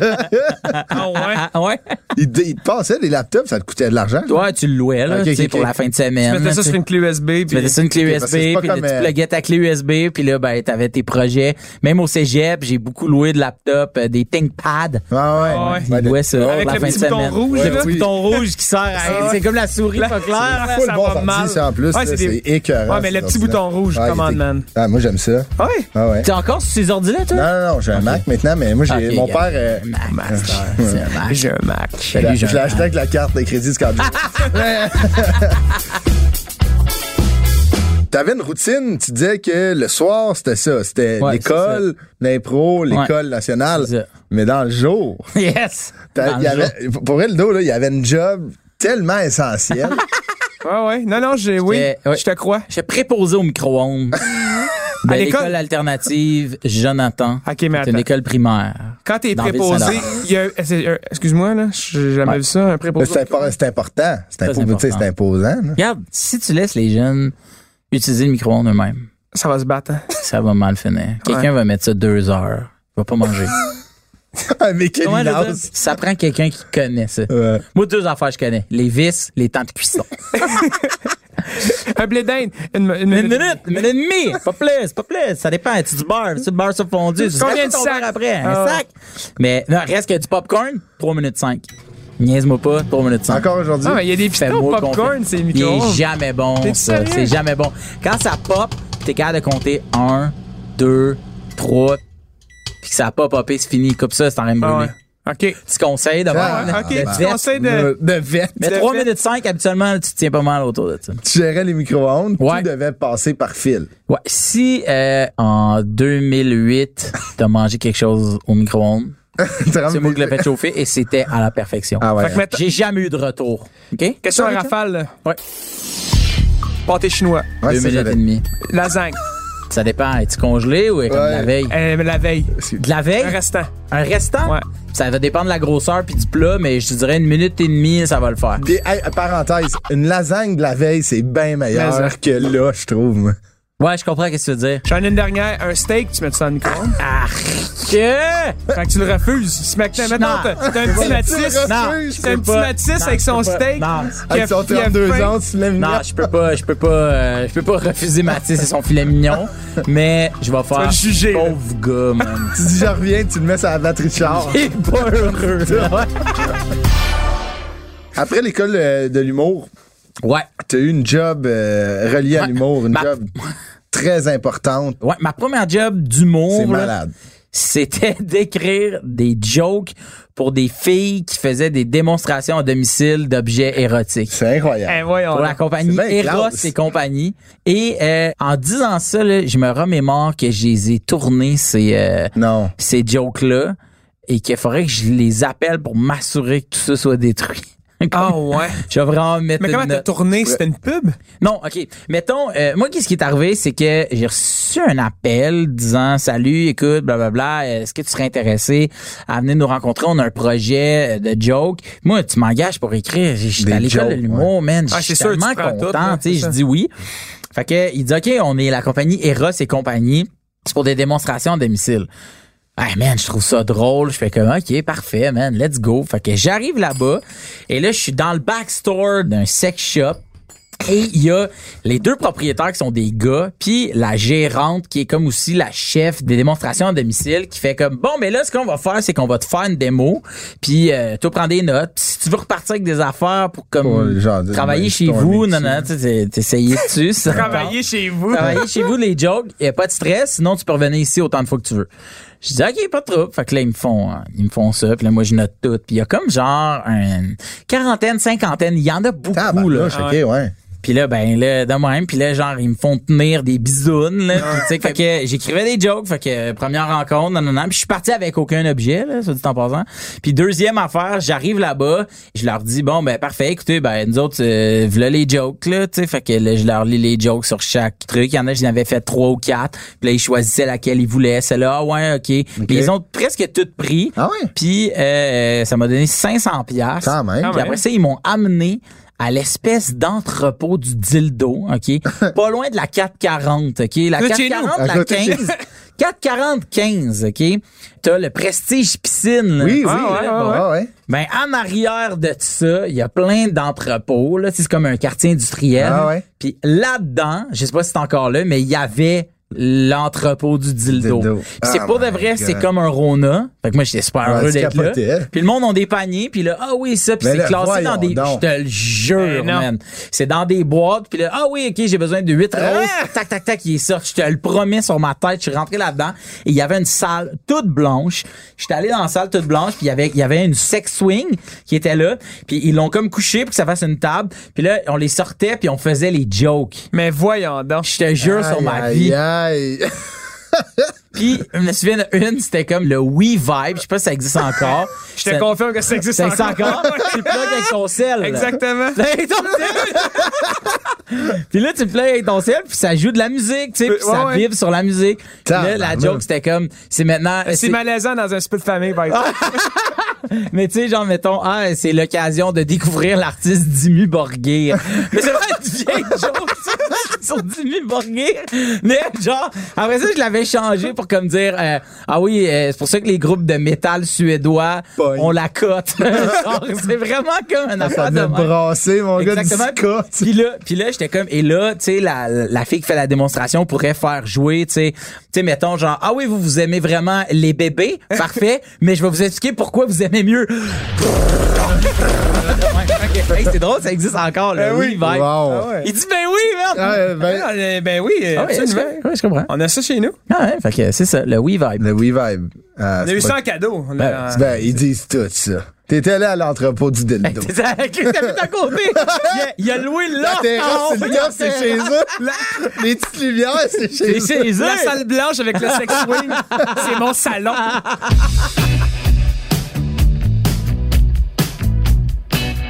B: Ah ouais?
E: ah, ouais?
C: Il, te- il te passait des laptops, ça te coûtait de l'argent.
E: Toi, tu le louais, là,
C: Ok,
E: tu sais,
C: ok, ok.
E: pour la fin de
B: Tu
E: semaine.
B: mettais ça
E: tu sais.
B: sur une clé USB.
E: Tu
B: puis-
E: mettais ça une clé
C: parce que c'est
E: USB,
C: pas
E: puis là,
C: comme,
E: tu
C: euh,
E: pluguais ta clé USB, puis là, ben, t'avais tes projets. Même au cégep, j'ai beaucoup loué de laptops, euh, des ThinkPads.
C: Ah ouais.
B: Ouais.
E: Ils louaient ça
B: Avec
E: pour la
B: le
E: fin de
B: petit bouton
E: semaine.
B: rouge,
C: là.
E: le petit
C: Oui. Ah,
E: bouton rouge qui sert à... C'est comme la souris pas claire, là.
B: Ah,
C: Full
B: ça
C: bon
B: va
C: ordi,
B: mal.
C: ça, en plus,
B: Ouais,
C: là,
B: c'est des-
C: c'est écœurant.
B: Ouais, mais le
C: cet
B: petit
C: ordi-là.
B: bouton rouge,
C: Ah, il
B: come on,
C: était-
B: man.
C: Ah, moi, j'aime ça.
B: Ah ouais?
C: Ah ouais.
E: T'es encore sur ces ordis-là, toi?
C: Non, non, non, j'ai un Mac maintenant, mais moi, j'ai
E: Ok,
C: mon
E: gars.
C: père. euh,
E: Master, c'est un Mac.
B: J'ai un Mac.
C: je l'ai- je l'ai acheté avec la carte de crédit du Canada. T'avais une routine, tu disais que le soir, c'était ça. C'était
E: Ouais,
C: l'école, l'impro, l'école nationale.
E: C'est ça.
C: Mais dans le jour,
E: Yes!
C: t'as-
E: Dans
C: il
E: le
C: y
E: jour.
C: avait- pour vrai, le dos, là, il y avait une job tellement essentielle.
B: Ouais, ouais. Non, non, j'ai, oui,
E: J'étais- ouais.
B: je te crois.
E: J'étais préposé au micro-ondes de
B: À l'école?
E: l'école alternative Jonathan.
B: Ok, mais
E: C'est
B: attends.
E: une école primaire.
B: Quand t'es
E: Dans
B: préposé,
E: Ville-Saint-Laurent.
B: il y a un- c'est un- Excuse-moi, là, j'ai jamais
E: Ouais.
B: vu ça, un préposé.
C: c'est impor- c'est important. C'est
E: Très
C: impo- tu sais,
E: important.
C: c'est imposant. là.
E: Regarde, si tu laisses les jeunes utiliser le micro-ondes eux-mêmes,
B: Ça va se battre. hein.
E: ça va mal finir. Quelqu'un va mettre ça deux heures. Il va pas manger.
C: Avec
E: Comment je veux dire?
C: Elinas.
E: Ça prend quelqu'un qui connaît ça.
C: Ouais.
E: Moi, deux affaires je connais. Les vis, les temps de cuisson.
B: Un blé d'Inde. Une, une
E: Une minute, une minute et demie. Pas plus, pas plus. Ça dépend. Tu du beurre, tu du beurre sur fondu. Tu
B: Combien de
E: reste ton
B: sacs?
E: beurre après? Un
B: Ah ouais.
E: sac? Mais non, reste que du popcorn, 3 minutes 5. Niaise-moi pas, 3 minutes 5.
C: Encore aujourd'hui.
B: Ah, mais il y a des pistons
E: Fais-moi
B: popcorn,
E: confiance.
B: c'est
E: Il
B: micro
E: est jamais bon,
B: T'es-tu
E: ça.
B: sérieux?
E: C'est jamais bon. Quand ça pop, t'es capable de compter 1, 2, 3, puis que ça a pas popé, c'est fini. Coupe ça, c'est en train de
B: Ah,
E: brûler.
B: ouais. OK.
E: Petit conseil de
C: Ah,
E: même, là,
B: OK,
E: de
B: tu
E: vite.
B: conseilles de...
C: de vête.
E: Mais
B: de
E: 3
B: vite.
E: minutes 5, habituellement, tu te tiens pas mal autour de ça.
C: tu gérais les micro-ondes,
E: Ouais.
C: tu devais passer par fil.
E: Ouais, si euh, en 2008, t'as mangé quelque chose au micro-ondes, c'est moi qui l'ai fait chauffer et c'était à la perfection.
C: Ah ouais.
B: Fait que maintenant-
E: J'ai jamais eu de retour. OK?
B: Question à rafale, là.
E: Ouais.
B: Pâté chinois.
C: Ouais,
E: Deux
C: ça,
E: minutes
C: j'avais-
E: et demie.
B: Lasagne.
E: Ça dépend, es-tu congelé ou comme
C: Ouais.
E: la veille?
B: Euh, la veille.
E: De la veille?
B: Un restant.
E: Un restant?
B: Ouais.
E: Ça va dépendre de la grosseur puis du plat, mais je te dirais une minute et demie, ça va le faire.
C: Puis, hey, parenthèse, une lasagne de la veille, c'est bien meilleur
B: Mais-
C: que là, je trouve. moi.
E: Ouais, je comprends ce que tu veux dire.
B: J'en ai une dernière. Un steak, tu mets ça en micro-ondes.
E: Que?
B: Fait que tu le refuses. Smack ta maintenant,
E: Non.
B: t'as t'as un petit Matisse.
E: Non,
C: Refuse,
B: T'as un
C: c'est
B: petit
C: pas-
B: Matisse
E: Non,
B: avec son
E: je peux pas.
B: steak. qui
E: Non.
B: a-
C: Hey, si on
B: qui a
C: tient deux
B: faim.
C: ans, tu te mets une
E: Non,
C: merde.
E: je peux pas, je peux pas, euh, je peux pas refuser Mathis et son filet mignon, mais je vais faire.
B: le juger, là.
E: Pauvre gars, man.
C: Tu dis, je reviens, tu le mets sur la batterie de char.
E: Il est pas heureux. là.
C: Après l'école euh, de l'humour,
E: Ouais.
C: t'as eu une job euh, reliée à
E: Ouais.
C: l'humour, une
E: Ma-
C: job très importante.
E: Ouais, ma première job d'humour,
C: C'est
E: là,
C: malade.
E: c'était d'écrire des jokes pour des filles qui faisaient des démonstrations à domicile d'objets érotiques.
C: C'est incroyable.
B: Eh, voyons.
E: pour la compagnie
C: C'est bien
E: Eros
C: classe.
E: et compagnie. Et euh, en disant ça, là, je me remémore que je les ai tournés, ces, euh,
C: Non.
E: ces jokes-là, et qu'il faudrait que je les appelle pour m'assurer que tout ça soit détruit.
B: Ah ouais.
E: Je vais vraiment mettre
B: Mais comment
E: une
B: t'as
E: note.
B: tourné? C'était une pub?
E: Non, OK. Mettons, euh, moi, qu'est-ce qui est arrivé, c'est que j'ai reçu un appel disant Salut, écoute, blablabla, est-ce que tu serais intéressé à venir nous rencontrer? On a un projet euh, de joke. Moi, tu m'engages pour écrire. J'étais
C: Des
E: à l'école de
C: jokes,
E: l'humour, man.
B: Ah,
E: Je suis
B: c'est sûr, tu
E: tellement
B: prends tout,
E: content.
B: là,
E: tu sais,
B: c'est ça.
E: je dis oui. Fait que il dit OK, on est la compagnie Eros et compagnie. C'est pour des démonstrations à domicile. Ah man, je trouve ça drôle. Je fais comme OK, parfait, man, let's go. Fait que j'arrive là-bas et là, je suis dans le backstore d'un sex shop. Et il y a les deux propriétaires qui sont des gars, puis la gérante qui est comme aussi la chef des démonstrations à domicile qui fait comme bon mais là ce qu'on va faire c'est qu'on va te faire une démo, puis euh, toi prends des notes, puis si tu veux repartir avec des affaires pour comme
C: Ouais, genre,
E: travailler
C: ouais,
E: chez
C: ton
E: vous, non
C: métier.
E: non, tu sais, t'essayes dessus, ça
B: Travailler chez vous.
E: travailler chez vous les jokes, y a pas de stress, sinon tu peux revenir ici autant de fois que tu veux. Je dis OK, pas de trouble. Fait que là ils me font euh, ils me font ça, puis là moi je note tout, puis il y a comme genre une quarantaine, cinquantaine, il y en a beaucoup là.
C: Tabarnouche, ok, ouais.
E: Puis là, ben là, de même, puis là, genre, ils me font tenir des bisounes, là. Puis, tu sais, fait que j'écrivais des jokes, fait que euh, première rencontre, non, non, non. Puis je suis parti avec aucun objet, là, soit dit en passant. Puis deuxième affaire, j'arrive là-bas, je leur dis, bon, ben parfait, écoutez, ben nous autres, euh, voilà les jokes, là, tu sais, fait que là, je leur lis les jokes sur chaque truc. Il y en a, j'en avais fait trois ou quatre. Puis là, ils choisissaient laquelle ils voulaient. Celle-là, ah ouais, OK. Puis ils ont presque toutes pris.
C: Ah ouais?
E: Puis euh, ça m'a donné 500 pièces.
C: Quand même.
B: Quand
E: Puis après ça, ils m'ont amené à l'espèce d'entrepôt du dildo, OK? pas loin de la 440, OK? La
B: Tout chez
E: 440,
C: nous. À
E: la
C: côté de chez-
E: 15. 440, 15, OK? T'as le Prestige Piscine. là.
C: Oui, oui.
B: Ah, ouais,
C: là,
B: ouais,
C: bah, ouais.
E: Ben, en arrière de ça, il y a plein d'entrepôts. Là, Tu sais, c'est comme un quartier industriel.
C: Ah ouais.
E: Puis là-dedans, je sais pas si c'est encore là, mais il y avait l'entrepôt du dildo.
C: Dildo.
E: Puis c'est
C: Ah
E: pour de
C: my
E: vrai,
C: God.
E: c'est comme un Rona. Fait que moi, j'étais super
C: Ouais,
E: heureux
C: tu
E: d'être là.
C: capotais, hein?
E: Puis le monde ont des paniers, puis là, ah oui, ça, puis
C: Mais
E: c'est
C: là,
E: classé dans
C: voyons
E: des...
C: donc.
E: Je te le
B: Eh
E: jure,
B: non.
E: man. C'est dans des boîtes, puis là, ah oui, OK, j'ai besoin de 8
B: Ah!
E: roses. Tac, tac, tac, il est sorti. Je te le promets sur ma tête, je suis rentré là-dedans. Et il y avait une salle toute blanche. J'étais allé dans la salle toute blanche, puis il y avait, il y avait une sex swing qui était là. Puis ils l'ont comme couché pour que ça fasse une table. Puis là, on les sortait, puis on faisait les jokes.
B: Mais voyons donc.
E: Je te jure sur ma
C: Aïe,
E: vie.
C: aïe, aïe.
E: Puis, je me souviens d'une, c'était comme le Wii Vibe. Je sais pas si ça existe encore.
B: Je te confirme que ça existe
E: Ça existe encore?
B: encore.
E: tu plug avec ton sel. là.
B: Exactement.
E: Tu plug avec ton sel. puis là, tu plug avec ton sel, puis ça joue de la musique, tu sais, puis
B: Ouais,
E: ça
B: ouais.
E: vibre sur la musique. Puis là, la
C: Tabarnak.
E: joke, c'était comme, c'est maintenant...
B: C'est
E: c'est-
B: malaisant dans un split de famille, par exemple.
E: Mais tu sais, genre, mettons, ah, c'est l'occasion de découvrir l'artiste Dimmu Borgir. Mais c'est pas une vieille joke, ça, sur Dimmu Borgir. Mais genre, après ça, je l'avais changé pour comme dire, euh, ah oui, euh, c'est pour ça que les groupes de métal suédois,
C: Boy.
E: on la cote. Genre, c'est vraiment comme un
C: Ça
E: affaire de
C: venait de
E: même.
C: brasser, mon gars, du
E: Exactement.
C: ska, tu
E: Puis là, puis là j'étais comme et là, tu sais la, la fille qui fait la démonstration pourrait faire jouer, tu sais, tu sais mettons genre ah oui, vous vous aimez vraiment les bébés, parfait, mais je vais vous expliquer pourquoi vous aimez mieux. Ouais, ok. Hey, c'est drôle, ça existe encore le
B: Ben oui.
E: oui, vibe.
C: Eh Wow.
B: Ah ouais.
E: Il dit ben oui, merde.
C: Ah, ben,
B: Ben, ben oui,
E: Ah oui,
B: absolument.
E: je, oui, je comprends.
B: On a ça chez nous.
E: Ah ouais, fait que c'est ça, le oui vibe.
C: le We Vibe. Ah,
B: On a
C: c'est
B: eu
C: pas-
B: ça en cadeau. On a-
E: Ben,
C: Ben, ils disent tout ça. T'étais là à l'entrepôt du dildo.
E: C'est ça, Chris, t'as vu à côté. Il a, il a loué Ah, là.
C: La terrasse, c'est le gars, c'est chez eux. Les petites lumières, c'est chez
E: C'est
C: eux.
E: chez eux.
B: La salle blanche avec le sex swing, c'est mon salon.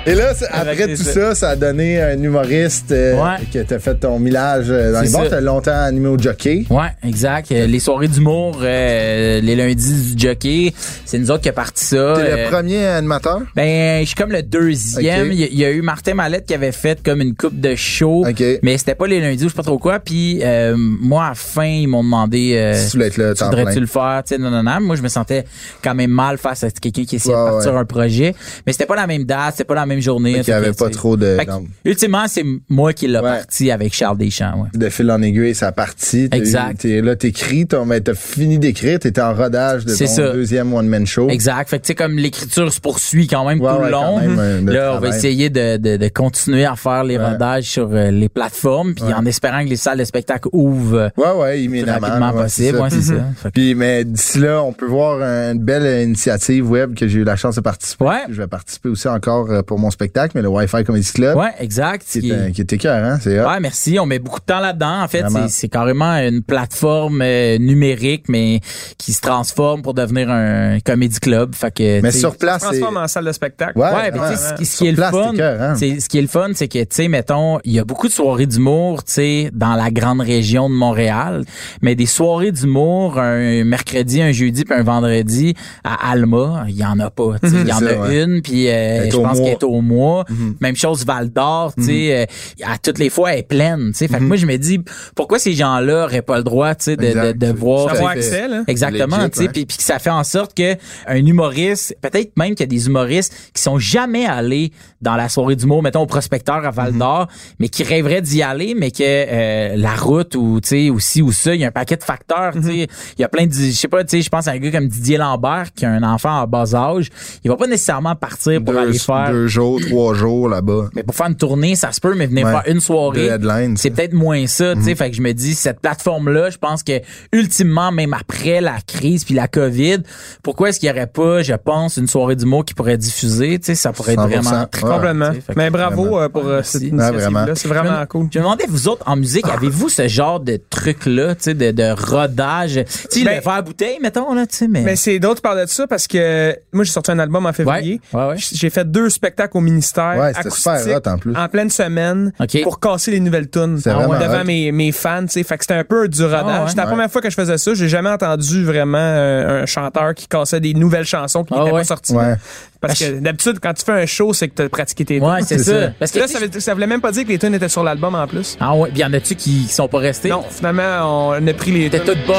C: Et là, c'est- après
E: Ah, c'est
C: tout
E: ça.
C: ça, ça a donné un humoriste euh,
E: Ouais.
C: que t'as fait ton millage euh, dans
E: C'est
C: les bars.
E: ça.
C: T'as longtemps animé au jockey.
E: Ouais, exact. Euh, les soirées d'humour, euh, les lundis du jockey, c'est nous autres qui a parti ça.
C: T'es
E: Euh,
C: le premier animateur.
E: ben, je suis comme le deuxième.
C: Ok.
E: Il y a- il y, a eu Martin Mallette qui avait fait comme une coupe de show,
C: Ok.
E: mais c'était pas les lundis ou je sais pas trop quoi. Puis euh, moi, à la fin, ils m'ont demandé. euh,
C: Si tu voulais être là,
E: tu
C: temps plein.
E: voudrais-tu le faire? Tu sais, non, non, non. Moi, je me sentais quand même mal face à quelqu'un qui essayait
C: Ouais,
E: de partir
C: ouais.
E: un projet. Mais c'était pas la même date, c'était pas la même journée.
C: Fait qu'il y
E: Fait que,
C: avait pas
E: tu sais.
C: trop de-
E: Fait que,
C: d'hommes.
E: ultimement, c'est moi qui l'ai
C: Ouais.
E: parti avec Charles Deschamps. Ouais.
C: De fil en aiguille, ça a parti. T'as eu-
E: Exact.
C: T'es là, t'écris, ton- mais t'as fini d'écrire, t'étais en rodage de
E: C'est
C: ton
E: ça.
C: deuxième one-man show.
E: Exact. Fait que, tu sais, comme l'écriture se poursuit quand même
C: Oh. Ouais,
E: tout
C: ouais,
E: le long.
C: quand même, euh, le
E: là, on va
C: travail.
E: essayer de, de, de continuer à faire les rodages sur euh, les plateformes, puis en espérant que les salles de spectacle ouvrent euh,
C: Ouais, ouais,
E: le plus
C: immédiatement.
E: rapidement
C: ouais,
E: possible.
C: c'est ça. Mhm.
E: Ouais, c'est ça. Fait que-
C: Puis, mais d'ici là, on peut voir une belle initiative web que j'ai eu la chance de participer.
E: Ouais.
C: Je vais participer aussi encore euh, pour mon spectacle, mais le Wi-Fi Comedy Club,
E: ouais, exact.
C: qui,
E: Qui-
C: est, euh, qui est écœurant, c'est hot.
E: Ouais, merci. On met beaucoup de temps là-dedans. En fait,
C: Vraiment.
E: c'est, c'est carrément une plateforme euh, numérique, mais qui se transforme pour devenir un comédie club. Fait que,
C: mais
E: tu sais,
C: sur place, c'est...
B: Transforme en salle de spectacle.
C: Ouais,
E: Ouais, mais tu sais, ce qui- ce qui est
C: Sur place,
E: le fun,
C: t'es cœur, hein.
E: c'est ce qui est le fun, c'est que tu sais, mettons, il y a beaucoup de soirées d'humour, tu sais, dans la grande région de Montréal, mais des soirées d'humour un mercredi, un jeudi, puis un vendredi à Alma, il y en a pas. tu sais. Il y en
C: Mhm. C'est ça,
E: a
C: ouais.
E: une, puis euh,
C: Elle est
E: je
C: au
E: pense
C: mois. Mhm.
E: qu'elle est au au mois. Même chose Val d'Or, tu sais, euh, à toutes les fois elle est pleine, tu sais.
C: Mhm.
E: Fait que moi je me dis pourquoi ces gens-là auraient pas le droit, tu sais, de, de,
C: Exact.
E: de voir euh,
B: D'avoir
C: Fait-
B: accès, là.
E: Exactement,
C: Legit,
E: tu sais,
C: ouais.
E: puis puis que ça fait en sorte que un humoriste, peut-être même qu'il y a des humoristes qui sont jamais allés dans la soirée d'humour, mettons au prospecteur à
C: Mm-hmm.
E: Val d'Or, mais qui rêveraient d'y aller, mais que euh, la route ou tu sais aussi ou ça, il y a un paquet de facteurs, tu sais,
C: Mm-hmm.
E: il y a plein de je sais pas, tu sais, je pense à un gars comme Didier Lambert qui a un enfant en bas âge, il va pas nécessairement partir pour
C: deux,
E: aller faire
C: deux jours, trois jours là-bas.
E: mais pour faire une tournée, ça se peut, mais venir
C: Ouais.
E: faire une soirée.
C: Deux headlines,
E: C'est
C: ça.
E: peut-être moins ça, tu sais. Fait que je me dis, cette plateforme-là, je pense que, ultimement, même après la crise puis la COVID, pourquoi est-ce qu'il y aurait pas, je pense, une soirée d'humour qui pourrait diffuser, tu sais, ça pourrait être
C: 100%.
E: vraiment très
C: Ouais.
B: Complètement.
E: tu sais, fait que
B: Mais bravo
C: vraiment.
B: euh, pour euh, cette
E: Ouais,
B: initiative-là.
C: vraiment.
B: C'est vraiment cool.
E: Je me demandais, vous autres, en musique, avez-vous ce genre de truc-là, tu sais, de, de rodage? Tu sais,
B: Ben-
E: le verre à bouteille, mettons, là, tu sais, mais...
B: Mais c'est d'autres qui parlent de ça parce que moi, j'ai sorti un album en février.
E: Ouais, ouais, ouais.
B: J'ai fait deux spectacles au ministère.
C: Ouais, c'était super
B: acoustiques,
C: hot en plus.
B: pleine semaine
E: Ok.
B: pour casser les nouvelles tunes
C: C'est vraiment
B: devant
C: hot.
B: mes, mes fans. tu sais. Fait que c'était un peu du rodage.
E: Ah ouais.
B: C'était la première fois que je faisais ça. J'ai jamais entendu vraiment euh, un chanteur qui cassait des nouvelles chansons qui
E: Ah
B: n'étaient
E: ouais.
B: pas sorties.
C: Ouais.
B: Parce que d'habitude, quand tu fais un show, c'est que tu as pratiqué tes tunes.
E: ouais, c'est
C: C'est
E: ça.
C: ça.
E: Parce que,
B: Là,
E: tu
B: ça,
E: sais,
B: veut- ça voulait même pas dire que les tunes étaient sur l'album en plus.
E: Ah ouais, puis y en a-tu qui, qui sont pas restés?
B: Non, finalement, on a pris les
E: T'es
B: tunes.
E: toute bonne.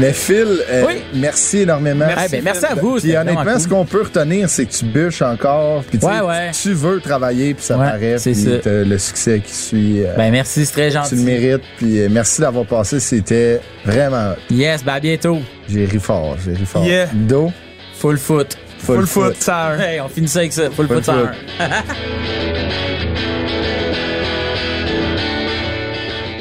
C: Mais Phil, euh,
E: Oui.
C: merci énormément.
B: Merci.
E: Eh ben, merci à vous.
C: Puis
E: c'était
C: honnêtement,
E: vraiment
C: ce
E: cool.
C: qu'on peut retenir, c'est que tu bûches encore, puis tu sais,
E: Ouais, ouais.
C: tu veux travailler, puis ça
E: Ouais,
C: paraît,
E: c'est
C: puis
E: ça.
C: t'as le succès qui suit. euh,
E: Ben, merci, c'est très
C: tu le
E: gentil.
C: mérites, puis euh, merci d'avoir passé, c'était vraiment...
E: Yes, ben, à bientôt.
C: J'ai ri fort, j'ai ri fort.
B: Yeah.
C: Do,
E: Full foot.
C: full,
B: Full
C: foot.
B: foot, ça. a un.
E: Hey, on finit ça avec ça. Full,
C: Full
E: foot, ça a
C: foot.
E: un.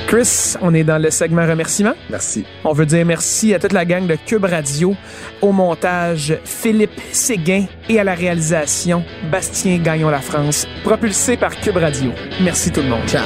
B: Chris, on est dans le segment remerciements.
C: Merci.
B: On veut dire merci à toute la gang de Cube Radio, au montage Philippe Séguin et à la réalisation Bastien Gagnon La France, propulsé par Cube Radio. Merci tout le monde.
C: Ciao.